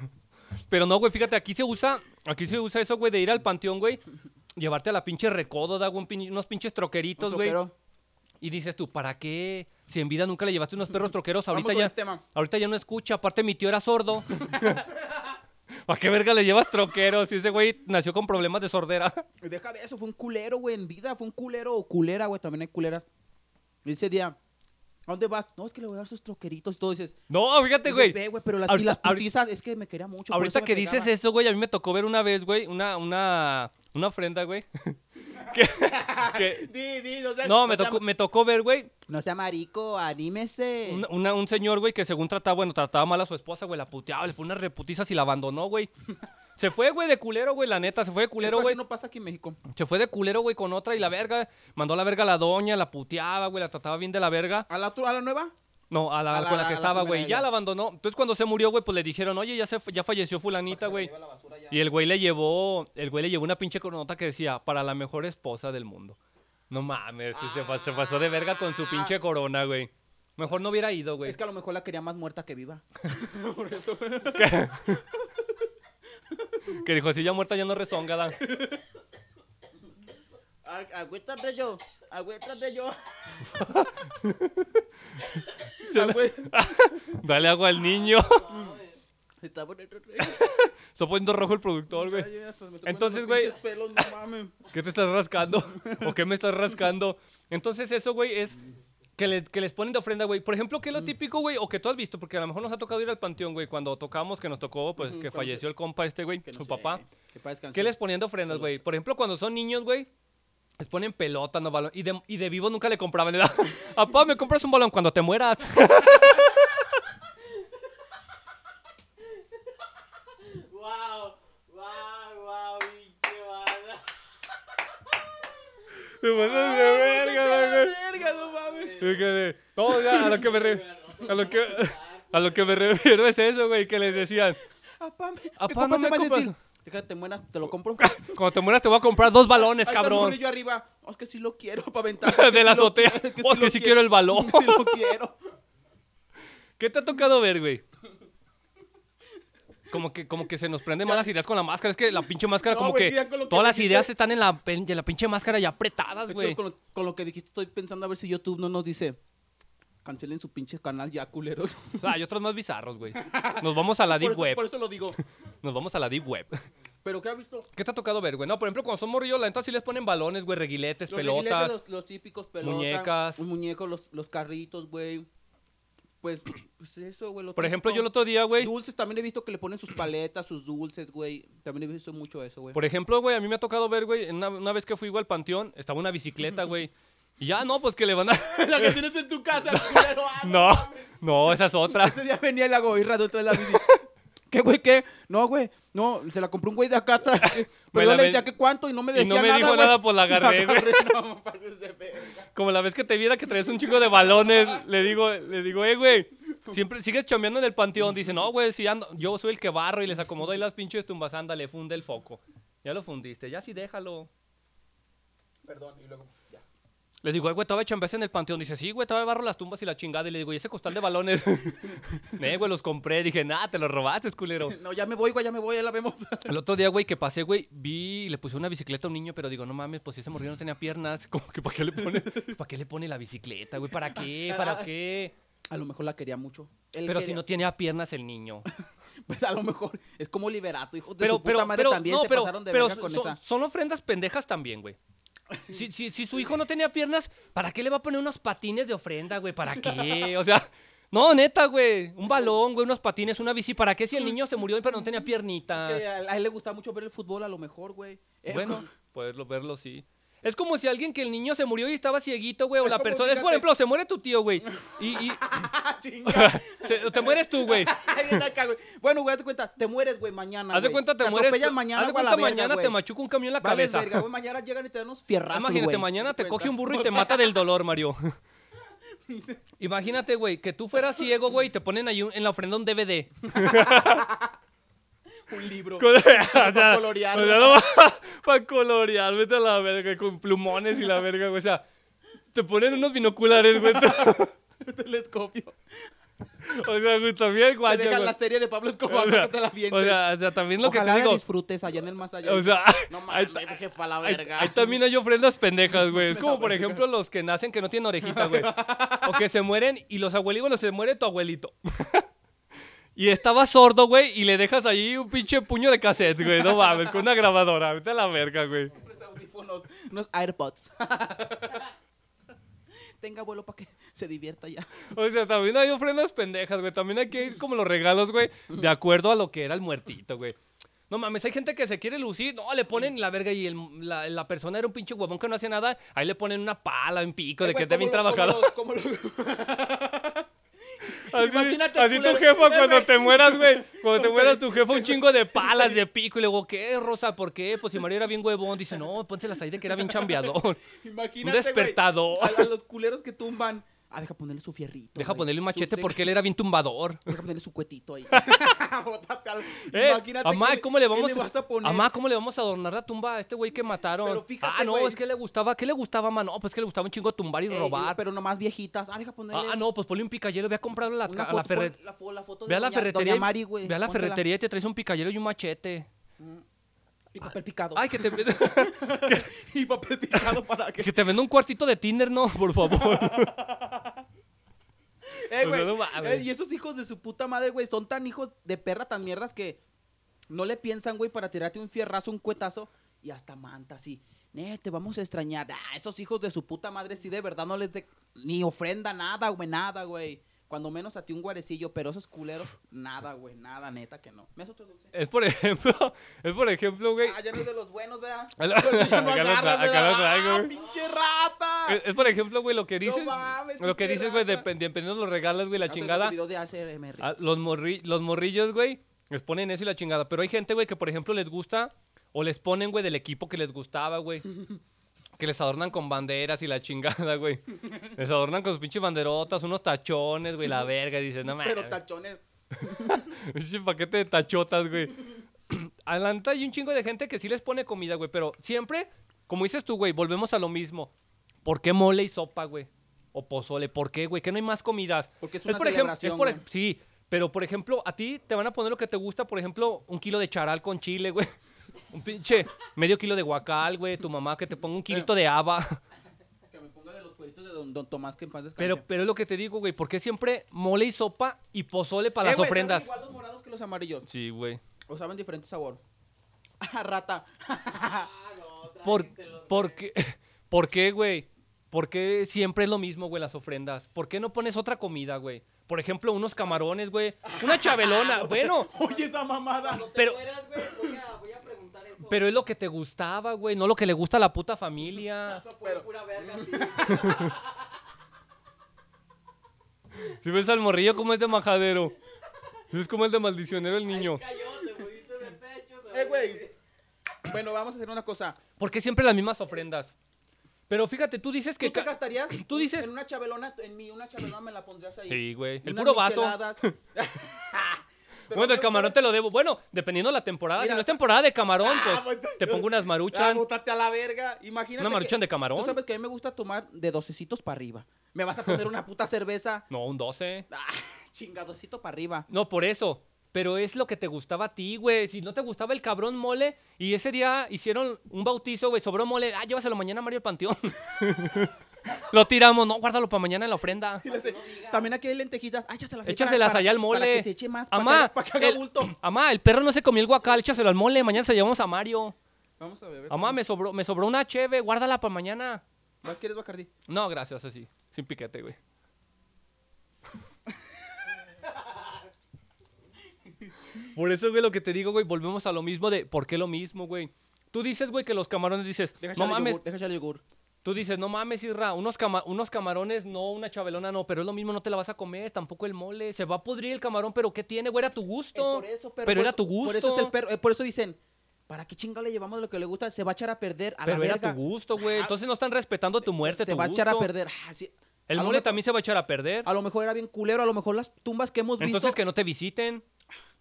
A: Pero no, güey, fíjate, aquí se usa, aquí se usa eso, güey, de ir al panteón, güey, llevarte a la pinche recodo, da güey, un pin- unos pinches
B: Un
A: troqueritos, güey.
B: troquero.
A: Y dices tú, ¿para qué? Si en vida nunca le llevaste unos perros troqueros, ahorita
B: con
A: ya,
B: el tema.
A: ahorita ya no escucha. Aparte, mi tío era sordo. ¿Para qué verga le llevas troqueros? Si ese güey nació con problemas de sordera.
B: Deja de eso, fue un culero, güey, en vida. Fue un culero o culera, güey. También hay culeras. Ese día ¿A dónde vas? No, es que le voy a dar sus troqueritos y todo. Dices,
A: No, fíjate,
B: dices,
A: güey.
B: "Ve, güey, pero las,
A: ahorita-
B: y las
A: ahorita-
B: putizas, es que me quería mucho. por
A: Ahorita
B: eso me
A: que dices
B: pegaba".
A: eso, güey, a mí me tocó ver una vez, güey, una, una, una ofrenda, güey. que, que-
B: Di, di, no sea-
A: no, me
B: sea-
A: tocó, me tocó ver, güey,
B: No sea marico, anímese.
A: una- una- un señor, güey, que según trataba, bueno, trataba mal a su esposa, güey, la puteaba, le pone unas reputizas y la abandonó, güey. Se fue, güey, de culero, güey, la neta, se fue de culero,
B: Eso
A: güey.
B: no pasa aquí en México.
A: Se fue de culero, güey, con otra y la verga. Mandó a la verga a la doña, la puteaba, güey, la trataba bien de la verga.
B: ¿A la, otra- a la nueva?
A: No, a la,
B: A la-
A: con la
B: a
A: que
B: la
A: estaba,
B: primera
A: güey.
B: de
A: Ya
B: ella.
A: la abandonó. Entonces, cuando se murió, güey, pues le dijeron, oye, ya, se, fa- ya falleció fulanita, güey. Y el güey le llevó, el güey le llevó una pinche nota que decía, para la mejor esposa del mundo. No mames, se- se, pa- se pasó de verga con su pinche corona, güey. Mejor no hubiera ido, güey.
B: Ah. Es que a lo mejor la quería más muerta que viva.
A: Que dijo, así ya muerta ya no rezonga, da".
B: Agüita de yo. Agüita de yo.
A: Dale agua al niño.
B: Está bonito.
A: Está poniendo rojo el productor, güey. Entonces, güey- ¿Qué te estás rascando? ¿O qué me estás rascando? Entonces eso, güey, es que, le- que les ponen de ofrenda, güey. Por ejemplo, ¿qué
B: Mm.
A: es lo típico, güey? O que tú has visto, porque a lo mejor nos ha tocado ir al panteón, güey, cuando tocamos, que nos tocó, pues, que falleció el compa este, güey, su papá. ¿Qué les ponían de ofrendas, güey? Por ejemplo, cuando son niños, güey, les ponen pelota, no balón. Y de, y de vivo nunca le compraban. ¿verdad? Papá, me compras un balón cuando te mueras.
E: Wow, wow, wow, y qué bala.
A: Te pasas de verga, güey. Es que de- No, o sea, a lo que me re- a lo que a lo que me refiero es eso, güey, que les decían,
B: Papá, me,
A: Apá,
B: mi papá
A: no
B: se
A: me
B: va a
A: compras-
B: sentir. Déjate buena, te lo compro.
A: cuando te mueras te voy a comprar dos balones,
B: Ahí está el
A: cabrón.
B: morrillo arriba. "Oh, es que sí lo quiero para aventar.
A: De la azotea. "Oh, es que sí quiero el balón".
B: Sí lo quiero.
A: ¿Qué te ha tocado ver, güey? Como que, como que se nos prenden malas ideas con la máscara. Es que la pinche máscara,
B: No,
A: como
B: güey,
A: que
B: ya con lo que
A: todas las
B: dijiste.
A: ideas están en la, pen- en la pinche máscara ya apretadas, güey.
B: Con, lo- con lo que dijiste, estoy pensando a ver si YouTube no nos dice. Cancelen su pinche canal ya, culeros.
A: O sea, hay otros más bizarros, güey. Nos vamos a la
B: Por
A: deep
B: eso-
A: web.
B: por eso lo digo.
A: Nos vamos a la deep web.
B: ¿Pero qué ha visto?
A: ¿Qué te ha tocado ver, güey? No, por ejemplo, cuando son morrillos, la neta sí les ponen balones, güey, reguiletes,
B: Los
A: pelotas.
B: reguiletes, Los, los típicos pelotas.
A: muñecas.
B: Muñecos, los, los carritos, güey. Pues, pues eso, güey. lo
A: Por ejemplo, yo
B: típico.
A: el otro día, güey.
B: Dulces, también he visto que le ponen sus paletas, sus dulces, güey. También he visto mucho eso, güey.
A: Por ejemplo, güey, a mí me ha tocado ver, güey, en una, una vez que fui, güey, al panteón, estaba una bicicleta, güey. Y ya, no, pues que le van a.
B: La que tienes en tu casa, culero. ah,
A: No, no, esa es otra.
B: Ese día venía y la hago, irra, otra vez la bici. ¿Qué, güey, qué? No, güey, no, se la compró un güey de acá atrás.
A: Me la
B: Pero yo le
A: ven-
B: decía que cuánto y no me
A: y
B: decía
A: no
B: nada,
A: me dijo
B: güey.
A: nada, pues la agarré, güey.
B: No, me pases de verga.
A: Como la vez que te viera que traes un chico de balones, le digo, le digo, eh, güey, siempre sigues chambeando en el panteón. Dice, no, güey, si ando- yo soy el que barro y les acomodo ahí las pinches tumbas, ándale, funde el foco. Ya lo fundiste, ya sí déjalo.
B: Perdón, y luego, ya.
A: Le digo, "Ay, güey, todavía chambeas en el panteón. Dice, sí, güey, todavía barro las tumbas y la chingada. Y le digo, ¿y ese costal de balones? Eh, güey, los compré. Dije, nah, te los robaste, culero.
B: No, ya me voy, güey, ya me voy, ya la vemos.
A: El otro día, güey, que pasé, güey, vi, le puse una bicicleta a un niño, pero digo, no mames, pues si ese morrillo no tenía piernas, como que ¿para qué le pone, ¿para qué le pone la bicicleta, güey? ¿Para qué? ¿Para qué?
B: A lo mejor la quería mucho. Él
A: Pero
B: quería-
A: si no tenía piernas el niño.
B: Pues a lo mejor es como liberato, hijo de
A: Pero,
B: su puta
A: pero,
B: madre
A: pero,
B: también
A: no,
B: se
A: pero,
B: pasaron de
A: pero
B: verga con
A: son,
B: esa.
A: son ofrendas pendejas también, güey. Si, si, si su hijo no tenía piernas, ¿para qué le va a poner unos patines de ofrenda, güey? ¿Para qué? O sea, no, neta, güey. Un balón, güey, unos patines, una bici. ¿Para qué si el niño se murió pero no tenía
B: Que
A: piernitas?
B: a a él le gustaba mucho ver el fútbol, a lo mejor, güey. Eh,
A: Bueno, poderlo verlo, sí. Es como si alguien que el niño se murió y estaba cieguito, güey, o
B: Es
A: la
B: como,
A: persona. Es, por
B: fíjate.
A: ejemplo, se muere tu tío, güey. Y, y
B: "Ah, Chinga.
A: se- te mueres tú, güey.
B: Ahí está acá, güey. Bueno, güey, haz de cuenta, te mueres, güey, mañana.
A: Haz de
B: güey.
A: cuenta, te,
B: te
A: mueres.
B: atropellan
A: tú-
B: mañana,
A: haz de
B: güey, a
A: cuenta,
B: la verga,
A: mañana te
B: güey.
A: machuca un camión en la
B: Vales
A: cabeza.
B: verga, güey, mañana llegan y te dan unos fierrazos,
A: Imagínate,
B: güey.
A: mañana te
B: Cuenta.
A: coge un burro y te mata del dolor, Mario. Imagínate, güey, que tú fueras ciego, güey, y te ponen ahí un- en la ofrenda un DVD.
B: Un libro.
A: Con- o sea,
B: Para colorear,
A: o sea, no va- Para colorear, vete a la verga, con plumones y la verga, güey. O sea, te ponen unos binoculares, güey.
B: un telescopio.
A: O sea, güey, también,
B: Te
A: guacho.
B: dejan
A: güey.
B: la serie de Pablo Escobar,
A: O
B: para
A: sea,
B: que te la
A: o
B: vientes.
A: sea, o sea, también lo
B: Ojalá
A: que te
B: la
A: digo.
B: disfrutes allá en el más allá.
A: O sea,
B: no mames,
A: ahí-
B: jefa, la
A: Ahí,
B: verga.
A: ahí también hay ofrendas pendejas, güey. Es como, por ejemplo, los que nacen que no tienen orejita, güey. O que se mueren y los abuelitos los se muere tu abuelito. Y estaba sordo, güey, y le dejas ahí un pinche puño de cassette, güey. No mames, con una grabadora. Vete a la verga, güey.
B: Unos audífonos, unos AirPods. tenga abuelo para que se divierta ya.
A: O sea, también hay ofrendas pendejas, güey. También hay que ir como los regalos, güey, de acuerdo a lo que era el muertito, güey. No mames, hay gente que se quiere lucir. No, le ponen la verga y el- la, la persona era un pinche huevón que no hacía nada. Ahí le ponen una pala, un pico, de que está bien trabajado.
B: Eh, Como los,
A: Así,
B: Imagínate,
A: así tu
B: culero.
A: jefa
B: Eh,
A: cuando
B: güey.
A: te mueras, güey. Cuando te mueras tu jefa un chingo de palas, de pico. Y luego, ¿qué, Rosa? ¿Por qué? Pues si Mario era bien huevón. Dice, no, pónselas ahí de que era bien chambeador.
B: imagínate,
A: Un
B: güey,
A: despertador.
B: A, a los culeros que tumban. Ah, deja ponerle su fierrito.
A: Deja
B: güey.
A: ponerle un
B: Su-
A: machete
B: de-
A: porque él era bien tumbador.
B: Deja ponerle su cuetito ahí. Bótate al-
A: Eh,
B: imagínate
A: amá,
B: qué
A: ¿cómo le
B: qué
A: vamos
B: vas a poner?
A: Amá, ¿cómo le vamos a adornar la tumba a este güey que mataron?
B: Pero fíjate,
A: ah, no,
B: güey.
A: es que le gustaba, ¿qué le gustaba, mano? No, pues que le gustaba un chingo tumbar y
B: Ey,
A: robar.
B: Eh, Pero nomás viejitas. Ah, deja ponerle.
A: Ah, no, pues ponle un picayelo, ve a comprarle la,
B: una
A: ca- a
B: foto-
A: la ferre-
B: pon la fo- la foto de
A: Ve a la
B: doña-
A: ferretería.
B: doña
A: y-
B: Mari, güey.
A: ve a la
B: Pónsela.
A: ferretería y te traes un picayelo y un machete.
B: Y papel picado.
A: Ay, que te,
B: y papel picado para que.
A: que te venda un cuartito de Tinder, no, por favor.
B: Eh,
A: O
B: güey.
A: sea, no mames.
B: eh, y esos hijos de su puta madre, güey, son tan hijos de perra, tan mierdas que no le piensan, güey, para tirarte un fierrazo, un cuetazo y hasta manta, así. "Ne, te vamos a extrañar. Ah, esos hijos de su puta madre, sí, de verdad no les de- ni ofrenda nada, güey, nada, güey. Cuando menos a ti un guarecillo, pero esos culeros, nada, güey, nada, neta que no. ¿Me haces otro dulce?
A: Es por ejemplo, es por ejemplo, güey.
B: Ah, ya no es de los buenos, ¿verdad?
A: Ala-
B: Pues ya no
A: Acá lo tra-
B: agarras,
A: acá
B: ¿verdad?
A: lo traigo, Eh,
B: ¡Ah,
A: güey.
B: pinche rata!
A: Es, es por ejemplo, güey, lo que dices.
B: mames,
A: lo que
B: pinche
A: dices, güey,
B: rata.
A: depen- dependiendo de los regalos, güey, la
B: Ya se nos
A: chingada.
B: olvidó de eh, ASMR.
A: Ah, los, morri- los morrillos, güey, les ponen eso y la chingada. Pero hay gente, güey, que por ejemplo les gusta o les ponen, güey, del equipo que les gustaba, güey. Que les adornan con banderas y la chingada, güey. Les adornan con sus pinches banderotas, unos tachones, güey, la verga. Y dices, no mames.
B: Pero tachones.
A: Pinche paquete de tachotas, güey. Adelante hay un chingo de gente que sí les pone comida, güey. Pero siempre, como dices tú, güey, volvemos a lo mismo. ¿Por qué mole y sopa, güey? O pozole. ¿Por qué, güey? Que no hay más comidas.
B: Porque es una
A: por ejemplo-
B: celebración,
A: es por ej-
B: güey.
A: sí, pero por ejemplo, a ti te van a poner lo que te gusta. Por ejemplo, un kilo de charal con chile, güey. Un pinche medio kilo de guacal, güey. Tu mamá que te ponga un kilito de haba.
B: Que me ponga de los cueritos de don, don Tomás que en paz descanse. Eh,
A: Pero, pero es lo que te digo, güey. ¿Por qué siempre mole y sopa y pozole para
B: Eh,
A: las
B: güey,
A: ofrendas?
B: Saben igual los morados que los amarillos.
A: Sí, güey.
B: O saben diferente sabor. Ah, rata.
E: Ah, no,
A: ¿Por,
E: tráiganselos,
A: por
E: güey.
A: qué, ¿Por qué, güey? ¿Por qué siempre es lo mismo, güey, las ofrendas? ¿Por qué no pones otra comida, güey? Por ejemplo, unos camarones, güey. Una chabelona. bueno,
B: Oye, esa mamada.
E: Cuando te
A: pero-
E: mueras, güey, voy a, voy a preguntar eso.
A: pero es lo que te gustaba, güey. No lo que le gusta a la puta familia.
E: Esto fue
B: pero-
E: pura verga, sí.
A: Si ves al morrillo, como es de majadero. Si ves como es de maldicionero el niño.
E: Cayó, te muriste de pecho. te
B: Eh, güey.
E: muriste.
B: Bueno, vamos a hacer una cosa.
A: ¿Por qué siempre las mismas ofrendas? Pero fíjate, tú dices
B: ¿Tú
A: que...
B: te
A: ca-
B: gastarías?
A: tú dices-
B: En una chabelona, en mí, una chabelona me la pondrías ahí.
A: Sí, güey. El
B: Unas
A: puro vaso.
B: micheladas. Pero
A: Bueno, el
B: no,
A: camarón
B: ¿sabes?
A: te lo debo. Bueno, dependiendo de la temporada. si
B: Mira,
A: no es temporada de camarón,
B: ah,
A: pues
B: pues,
A: te pongo unas
B: Ah,
A: maruchan.
B: bótate a la verga. Imagínate.
A: Una maruchan
B: que-
A: de camarón.
B: Tú sabes que a mí me gusta tomar de docecitos para arriba. Me vas a poner una puta cerveza.
A: No, un 12.
B: Ah, chingadocito para arriba.
A: No, por eso. Pero es lo que te gustaba a ti, güey. Si no te gustaba el cabrón mole y ese día hicieron un bautizo, güey, sobró mole. Ah, llévaselo mañana a Mario el Panteón. lo tiramos, no, guárdalo para mañana en la ofrenda.
B: Y les- También aquí hay lentejitas. Ah, échaselas. ahí
A: Échaselas
B: para-
A: allá al mole.
B: Para que se eche más. Para
A: Amá,
B: que, haga- para que haga
A: el-
B: bulto.
A: Amá, el perro no se comió el guacal, échaselo al mole. Mañana se lo llevamos a Mario.
B: Vamos a beber.
A: Amá, me sobró, me sobró una cheve, guárdala para mañana.
B: ¿Va- ¿Quieres Bacardi?
A: No, gracias, así. Sin piquete, güey. Por eso, güey, lo que te digo, güey, volvemos a lo mismo de ¿por qué lo mismo, güey? Tú dices, güey, que los camarones dices,
B: Deja
A: no
B: echarle
A: mames.
B: yogur, Deja echarle yogur.
A: Tú dices, no mames, Irra, unos, cama- unos camarones, no, una chabelona, no, pero es lo mismo, no te la vas a comer, tampoco el mole. Se va a pudrir el camarón, pero ¿qué tiene, güey? Era tu gusto.
B: por
A: era
B: eso-
A: tu gusto.
B: Por eso es el perro. eh, por eso dicen, ¿para qué chingado le llevamos lo que le gusta? Se va a echar a perder a
A: pero
B: la
A: era
B: verga.
A: tu gusto, güey. Entonces no están respetando tu muerte,
B: se
A: tu
B: va a echar a
A: gusto.
B: perder. Ah, sí.
A: El
B: A lo
A: mole
B: mejor-
A: también se va a echar a perder.
B: A lo mejor era bien culero, a lo mejor las tumbas que hemos visto.
A: Entonces que no te visiten.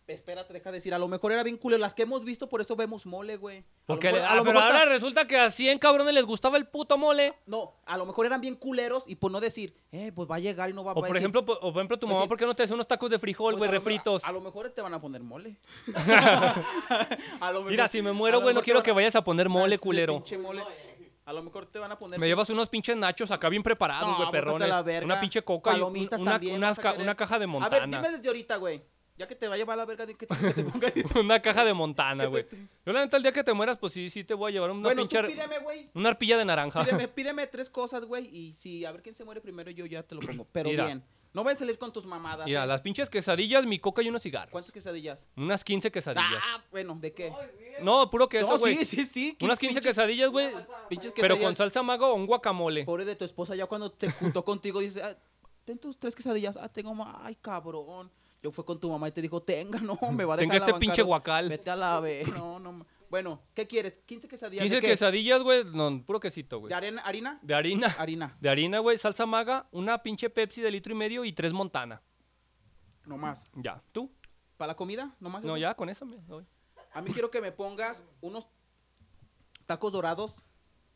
B: Espérate, deja de decir, a lo mejor era bien culero las que hemos visto, por eso vemos mole, güey. A lo
A: Porque
B: mejor-
A: ah, pero
B: mejor ta-
A: ahora resulta que a 100 cabrones les gustaba el puto mole.
B: No, a lo mejor eran bien culeros y por no decir, eh, pues va a llegar y no va,
A: O
B: va a
A: por,
B: decir,
A: ejemplo, po- o por ejemplo, tu
B: Pues
A: mamá,
B: sí.
A: ¿por qué no te hace unos tacos de frijol,
B: pues,
A: güey,
B: a lo mejor-
A: refritos?
B: A lo mejor te van a poner mole.
A: Mira, si me muero, güey, no quiero que vayas a poner
B: Pues, Ah,
A: mole, culero.
B: A lo mejor te van a poner.
A: Me llevas unos pinches nachos acá bien preparados,
B: No,
A: güey,
B: bótate a la
A: perrones.
B: verga.
A: Una pinche coca y un-
B: Palomitas
A: una,
B: también
A: unas
B: vas a
A: ca-
B: querer.
A: una caja de
B: A ver,
A: montana.
B: dime desde ahorita, güey. Ya que te va a llevar la verga, di que te, que te ponga ahí.
A: Una caja de Montana, güey. Yo la neta, el día que te mueras, pues sí, sí te voy a llevar una
B: bueno, tú
A: pinche... ar-
B: pídeme, güey.
A: Una arpilla de naranja.
B: Pídeme, pídeme tres cosas, güey. Y si a ver quién se muere primero, yo ya te lo pongo. Pero
A: Mira.
B: bien. No vayas a salir con tus mamadas.
A: Mira,
B: ¿eh?
A: las pinches quesadillas, mi coca y unos cigarros.
B: ¿Cuántas quesadillas?
A: Unas 15 quesadillas.
B: Ah, bueno, ¿de qué?
A: No, puro
B: Ah. No,
A: queso, güey.
B: sí, sí, sí.
A: Unas 15 quesadillas, güey.
B: pinches
A: Pero
B: quesadillas.
A: con salsa mago o un guacamole.
B: Pobre de tu esposa, ya cuando te juntó contigo, dice, "Ah, ten tus tres quesadillas. Ah, tengo más. Ay, cabrón. Yo fui con tu mamá y te dijo, tenga, no, me va
A: Tenga
B: a dejar la
A: este
B: bancarrota.
A: pinche guacal.
B: Vete a la vez. No, no. ma- Bueno, ¿qué quieres? ¿15 quesadillas?
A: 15
B: ¿De qué?
A: quesadillas, güey. No, puro quesito, güey.
B: ¿De arena- harina?
A: De harina.
B: Harina,
A: De harina, güey. Salsa maga, una pinche Pepsi de litro y medio y tres Montana.
B: nomás.
A: Ya. ¿Tú?
B: ¿Para la comida? Nomás
A: No,
B: eso?
A: ya, con eso me doy.
B: A mí quiero que me pongas unos tacos dorados.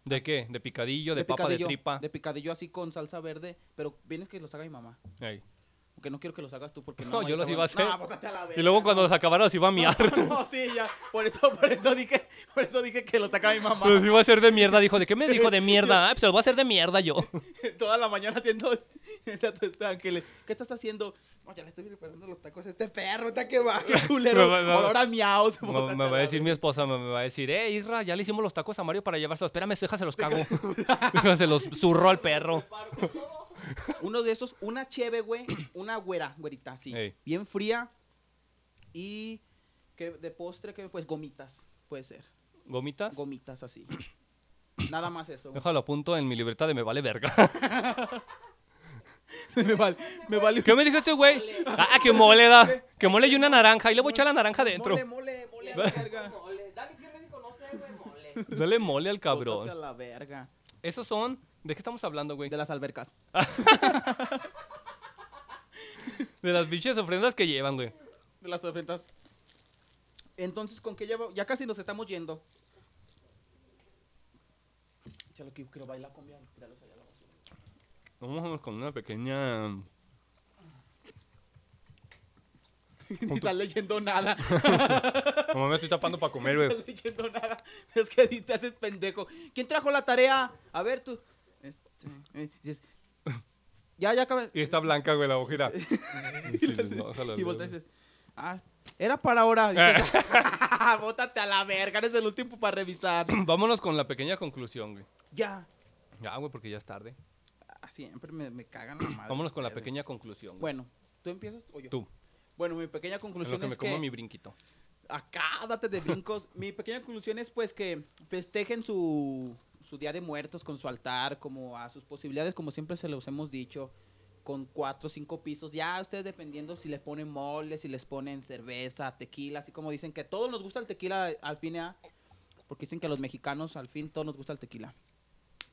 A: ¿De qué? De picadillo, de, papa, de
B: picadillo,
A: tripa.
B: De picadillo así con salsa verde. Pero vienes que los haga mi mamá.
A: Ey.
B: Porque no quiero que los hagas tú porque
A: No,
B: no.
A: yo los
B: esa
A: iba a
B: buena-
A: hacer.
B: No, bótate a la
A: Y
B: verga,
A: luego
B: no.
A: cuando los acabaron se iba a miar.
B: No, no, sí, ya. Por eso, por eso dije, por eso dije que lo saca mi mamá.
A: Los iba a hacer de mierda. Dijo, ¿de qué me dijo de mierda? Ah, pues se los voy a hacer de mierda yo.
B: Toda la mañana haciendo tratos de ángeles. ¿Qué estás haciendo? No, ya le estoy preparando los tacos a este perro, está que va, qué culero.
A: Me va- me va-
B: Olor a miau. se
A: Me,
B: bota
A: me
B: a
A: va
B: la
A: a decir
B: verga.
A: mi esposa, me, me va a decir, eh, Isra, ya le hicimos los tacos a Mario para llevárselos. Espérame, su hija se los cago. se los zurró al perro.
B: Uno de esos, una cheve, güey, una güera, güerita, así.
A: Ey.
B: Bien fría. Y que de postre, que pues gomitas, puede ser.
A: ¿Gomitas?
B: Gomitas así. Nada más eso. güey.
A: Déjalo apunto en mi libreta de me vale verga.
B: me vale, me vale.
A: ¿Qué me dijo este güey? Ah, que mole, da. Que mole y una naranja. Y le voy a echar la naranja dentro.
B: Mole, mole, mole, a la verga.
E: Mole. Dani, ¿qué me dijo? No sé, güey, mole.
A: Dale mole al
B: Bótate a
A: cabrón.
B: la verga.
A: Esos son... ¿De qué estamos hablando, güey?
B: De las albercas.
A: De las bichas ofrendas que llevan, güey.
B: De las ofrendas. Entonces, ¿con qué ya, va- ya casi nos estamos yendo? Échale que quiero bailar con bien. tíralos allá a la basura.
A: Vamos con una pequeña...
B: Ni estás leyendo nada.
A: Como me estoy tapando para comer, güey.
B: estás leyendo nada. Es que ni te haces pendejo. ¿Quién trajo la tarea? A ver, tú. Este, eh, dices, ya, ya acabas.
A: Y está blanca, güey, la ojera.
B: Y, le haces- y volteas y dices, ah, era para ahora. Dices, bótate a la verga. Eres el último para revisar.
A: Vámonos con la pequeña conclusión, güey.
B: ya.
A: Ya, güey, porque ya es tarde.
B: Ah, siempre me, me cagan la madre.
A: Vámonos con la
B: ustedes.
A: pequeña conclusión. güey.
B: Bueno, ¿tú empiezas o yo?
A: Tú,
B: Bueno, mi pequeña
A: en lo
B: conclusión
A: que me
B: es que...
A: como mi brinquito.
B: Acá, date de brincos. mi pequeña conclusión es, pues, que festejen su, su Día de Muertos con su altar, como a sus posibilidades, como siempre se los hemos dicho, con cuatro o cinco pisos. Ya ustedes dependiendo si les ponen moles, si les ponen cerveza, tequila, así como dicen que a todos nos gusta el tequila al fin, ¿ah? porque dicen que a los mexicanos al fin todos nos gusta el tequila.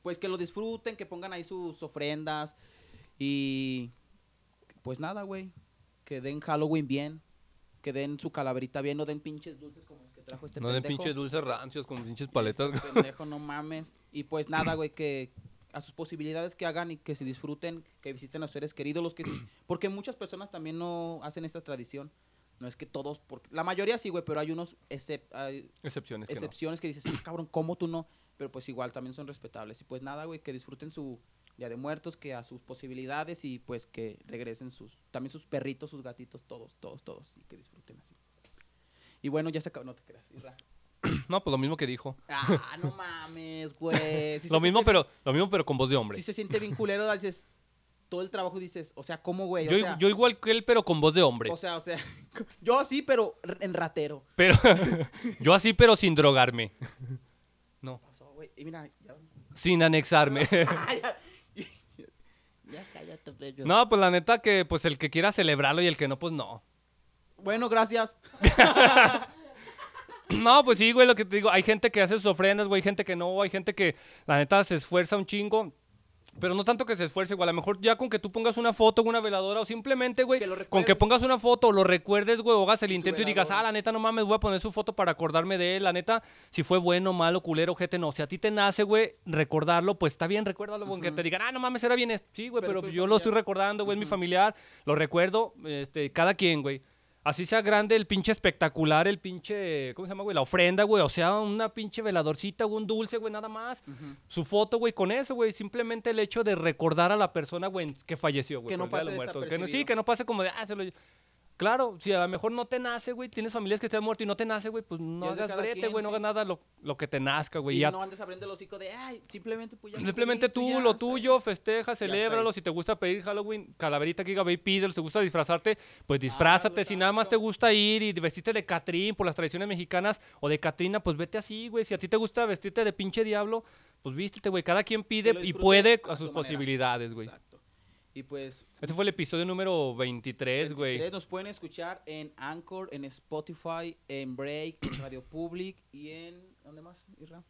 B: Pues que lo disfruten, que pongan ahí sus ofrendas y pues nada, güey, que den Halloween bien, que den su calaverita bien, no den pinches dulces como los que trajo este
A: no de
B: pendejo.
A: pinches dulces rancios con pinches paletas.
B: Este pendejo, no mames. Y pues nada, güey, que a sus posibilidades que hagan y que se disfruten, que visiten a sus seres queridos, los que porque muchas personas también no hacen esta tradición. No es que todos, porque la mayoría sí, güey, pero hay unos excep- hay
A: Excepciones que no.
B: excepciones que dices, "Ah, cabrón, ¿cómo tú no? Pero pues igual también son respetables. Y pues nada, güey, que disfruten su Día de Muertos, que a sus posibilidades y pues que regresen sus, también sus perritos, sus gatitos, todos, todos, todos, y que disfruten así. Y bueno, ya se acabó, no te creas. Isra.
A: No, pues lo mismo que dijo.
B: Ah, no mames, güey. Sí
A: lo
B: se
A: mismo,
B: siente-
A: pero lo mismo pero con voz de hombre.
B: Sí se siente bien culero, dices, todo el trabajo dices, o sea, ¿cómo, güey? O
A: yo,
B: sea,
A: yo igual que él, pero con voz de hombre.
B: o sea, o sea, yo sí, pero r- en ratero.
A: Pero yo así, pero sin drogarme. No,
B: Pasó, güey. Y mira, ya,
A: sin anexarme.
B: Ah,
D: Ya cállate, bello.
A: no, pues la neta que pues el que quiera celebrarlo y el que no, pues no.
B: bueno, gracias.
A: No, pues sí, güey, lo que te digo, hay gente que hace sus ofrendas, güey, hay gente que no, hay gente que la neta se esfuerza un chingo, pero no tanto que se esfuerce, güey, a lo mejor ya con que tú pongas una foto, una veladora o simplemente, güey,
B: Que lo
A: con que
B: recuerdes.
A: pongas una foto, lo recuerdes, güey, o hagas el intento y digas,
B: veladora.
A: ah, la neta, no mames, voy a poner su foto para acordarme de él, la neta, si fue bueno, malo, culero, gente, no, si a ti te nace, güey, recordarlo, pues está bien, recuérdalo, güey, que te digan, ah, no mames, era bien, esto". sí, güey,
B: Pero
A: pero,
B: fue
A: yo lo
B: familiar.
A: estoy recordando, güey, es mi familiar, lo recuerdo, este, cada quien, güey. Así sea grande el pinche espectacular, el pinche, ¿cómo se llama, güey? La ofrenda, güey. O sea, una pinche veladorcita, güey, un dulce, güey, nada más. Su foto, güey, con eso, güey. Simplemente el hecho de recordar a la persona, güey, que falleció, güey.
B: Que no
A: por el Día de
B: pase
A: los Muertos. Que no- Sí,
B: desapercibido.
A: que no pase como de, ah, se lo... Claro, si a lo mejor no te nace, güey, tienes familias que están muertas y no te nace, güey, pues no
B: Ya es de
A: hagas
B: cada
A: brete,
B: quien,
A: güey, no
B: sí.
A: hagas nada lo, lo que te nazca, güey.
B: y
A: ya-
B: no andes abriendo el hocico de, ay, simplemente pues ya me
A: Simplemente
B: morí,
A: tú,
B: ya,
A: lo
B: hasta ahí".
A: tuyo, festeja,
B: está ahí.
A: celébralo. Si te gusta pedir Halloween, calaverita que ve y pídelo. Si te gusta disfrazarte, pues disfrázate. si nada más te gusta ir y vestirte de Catrín por las tradiciones mexicanas o de Catrina, pues vete así, güey. Si a ti te gusta vestirte de pinche diablo, pues vístete, güey. Cada quien pide
B: lo
A: y
B: disfrute
A: puede
B: a
A: a
B: su
A: sus
B: manera.
A: posibilidades, güey.
B: Exacto. Y pues
A: Este fue el episodio número 23, güey.
B: Ustedes nos pueden escuchar en Anchor, en Spotify, en Break, en Radio Public y en ¿dónde más? Isra?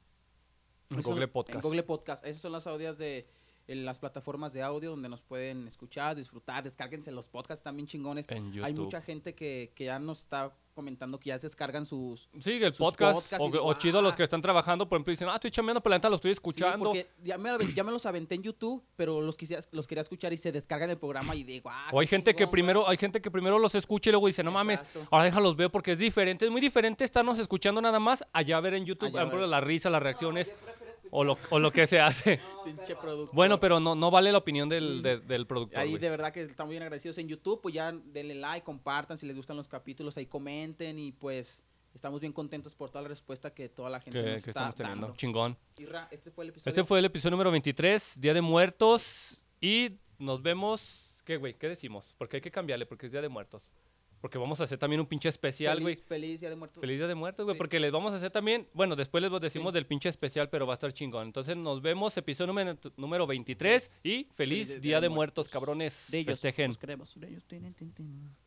A: En
B: Esos-
A: Google Podcast.
B: En Google Podcast. Esas son las audios de en las plataformas de audio donde nos pueden escuchar, disfrutar, descárguense los podcasts también chingones.
A: En
B: Hay
A: YouTube.
B: mucha gente que, que ya nos está comentando que ya descargan sus
A: Sí, el
B: sus
A: podcast.
B: podcasts
A: O,
B: y digo,
A: o chido los
B: "Ah".
A: que están trabajando, por ejemplo, dicen, ah, estoy chameando, pero la neta lo estoy escuchando.
B: Sí, porque ya me, lo aven- ya me los aventé en YouTube, pero los quisiera, los quería escuchar y se descargan el programa y digo, ah,
A: O hay
B: qué
A: gente que
B: chingón, güey".
A: primero, hay gente que primero los escucha y luego dice, no mames,
B: Exacto.
A: ahora déjalos ver porque es diferente, es muy diferente estarnos escuchando nada más allá ver en YouTube,
B: Allá
A: por ejemplo,
B: ver.
A: la risa, las reacciones o, lo, o lo que se hace.
B: Pinche productor.
A: Bueno, pero no, no vale la opinión del, de- del productor.
B: Ahí
A: güey.
B: de verdad que estamos bien agradecidos en YouTube, pues ya denle like, compartan, si les gustan los capítulos, ahí comenten y pues estamos bien contentos por toda la respuesta que toda la
A: que,
B: gente nos
A: que
B: está
A: estamos teniendo.
B: dando.
A: Chingón.
B: Irra, este fue el episodio.
A: Este fue el episodio número 23, Día de Muertos. Y nos vemos. ¿Qué, güey? ¿Qué decimos? Porque hay que cambiarle, porque es Día de Muertos. Porque vamos a hacer también un pinche especial, güey.
B: feliz, feliz Día de Muertos.
A: Feliz Día de Muertos, güey,
B: Sí.
A: porque les vamos a hacer también, bueno, después les decimos
B: Sí.
A: del pinche especial, pero va a estar chingón. Entonces nos vemos, episodio número, número 23 y feliz, Día de, muertos, cabrones.
B: De ellos,
A: Festejen.
B: nos queremos. De ellos, tin, tin, tin.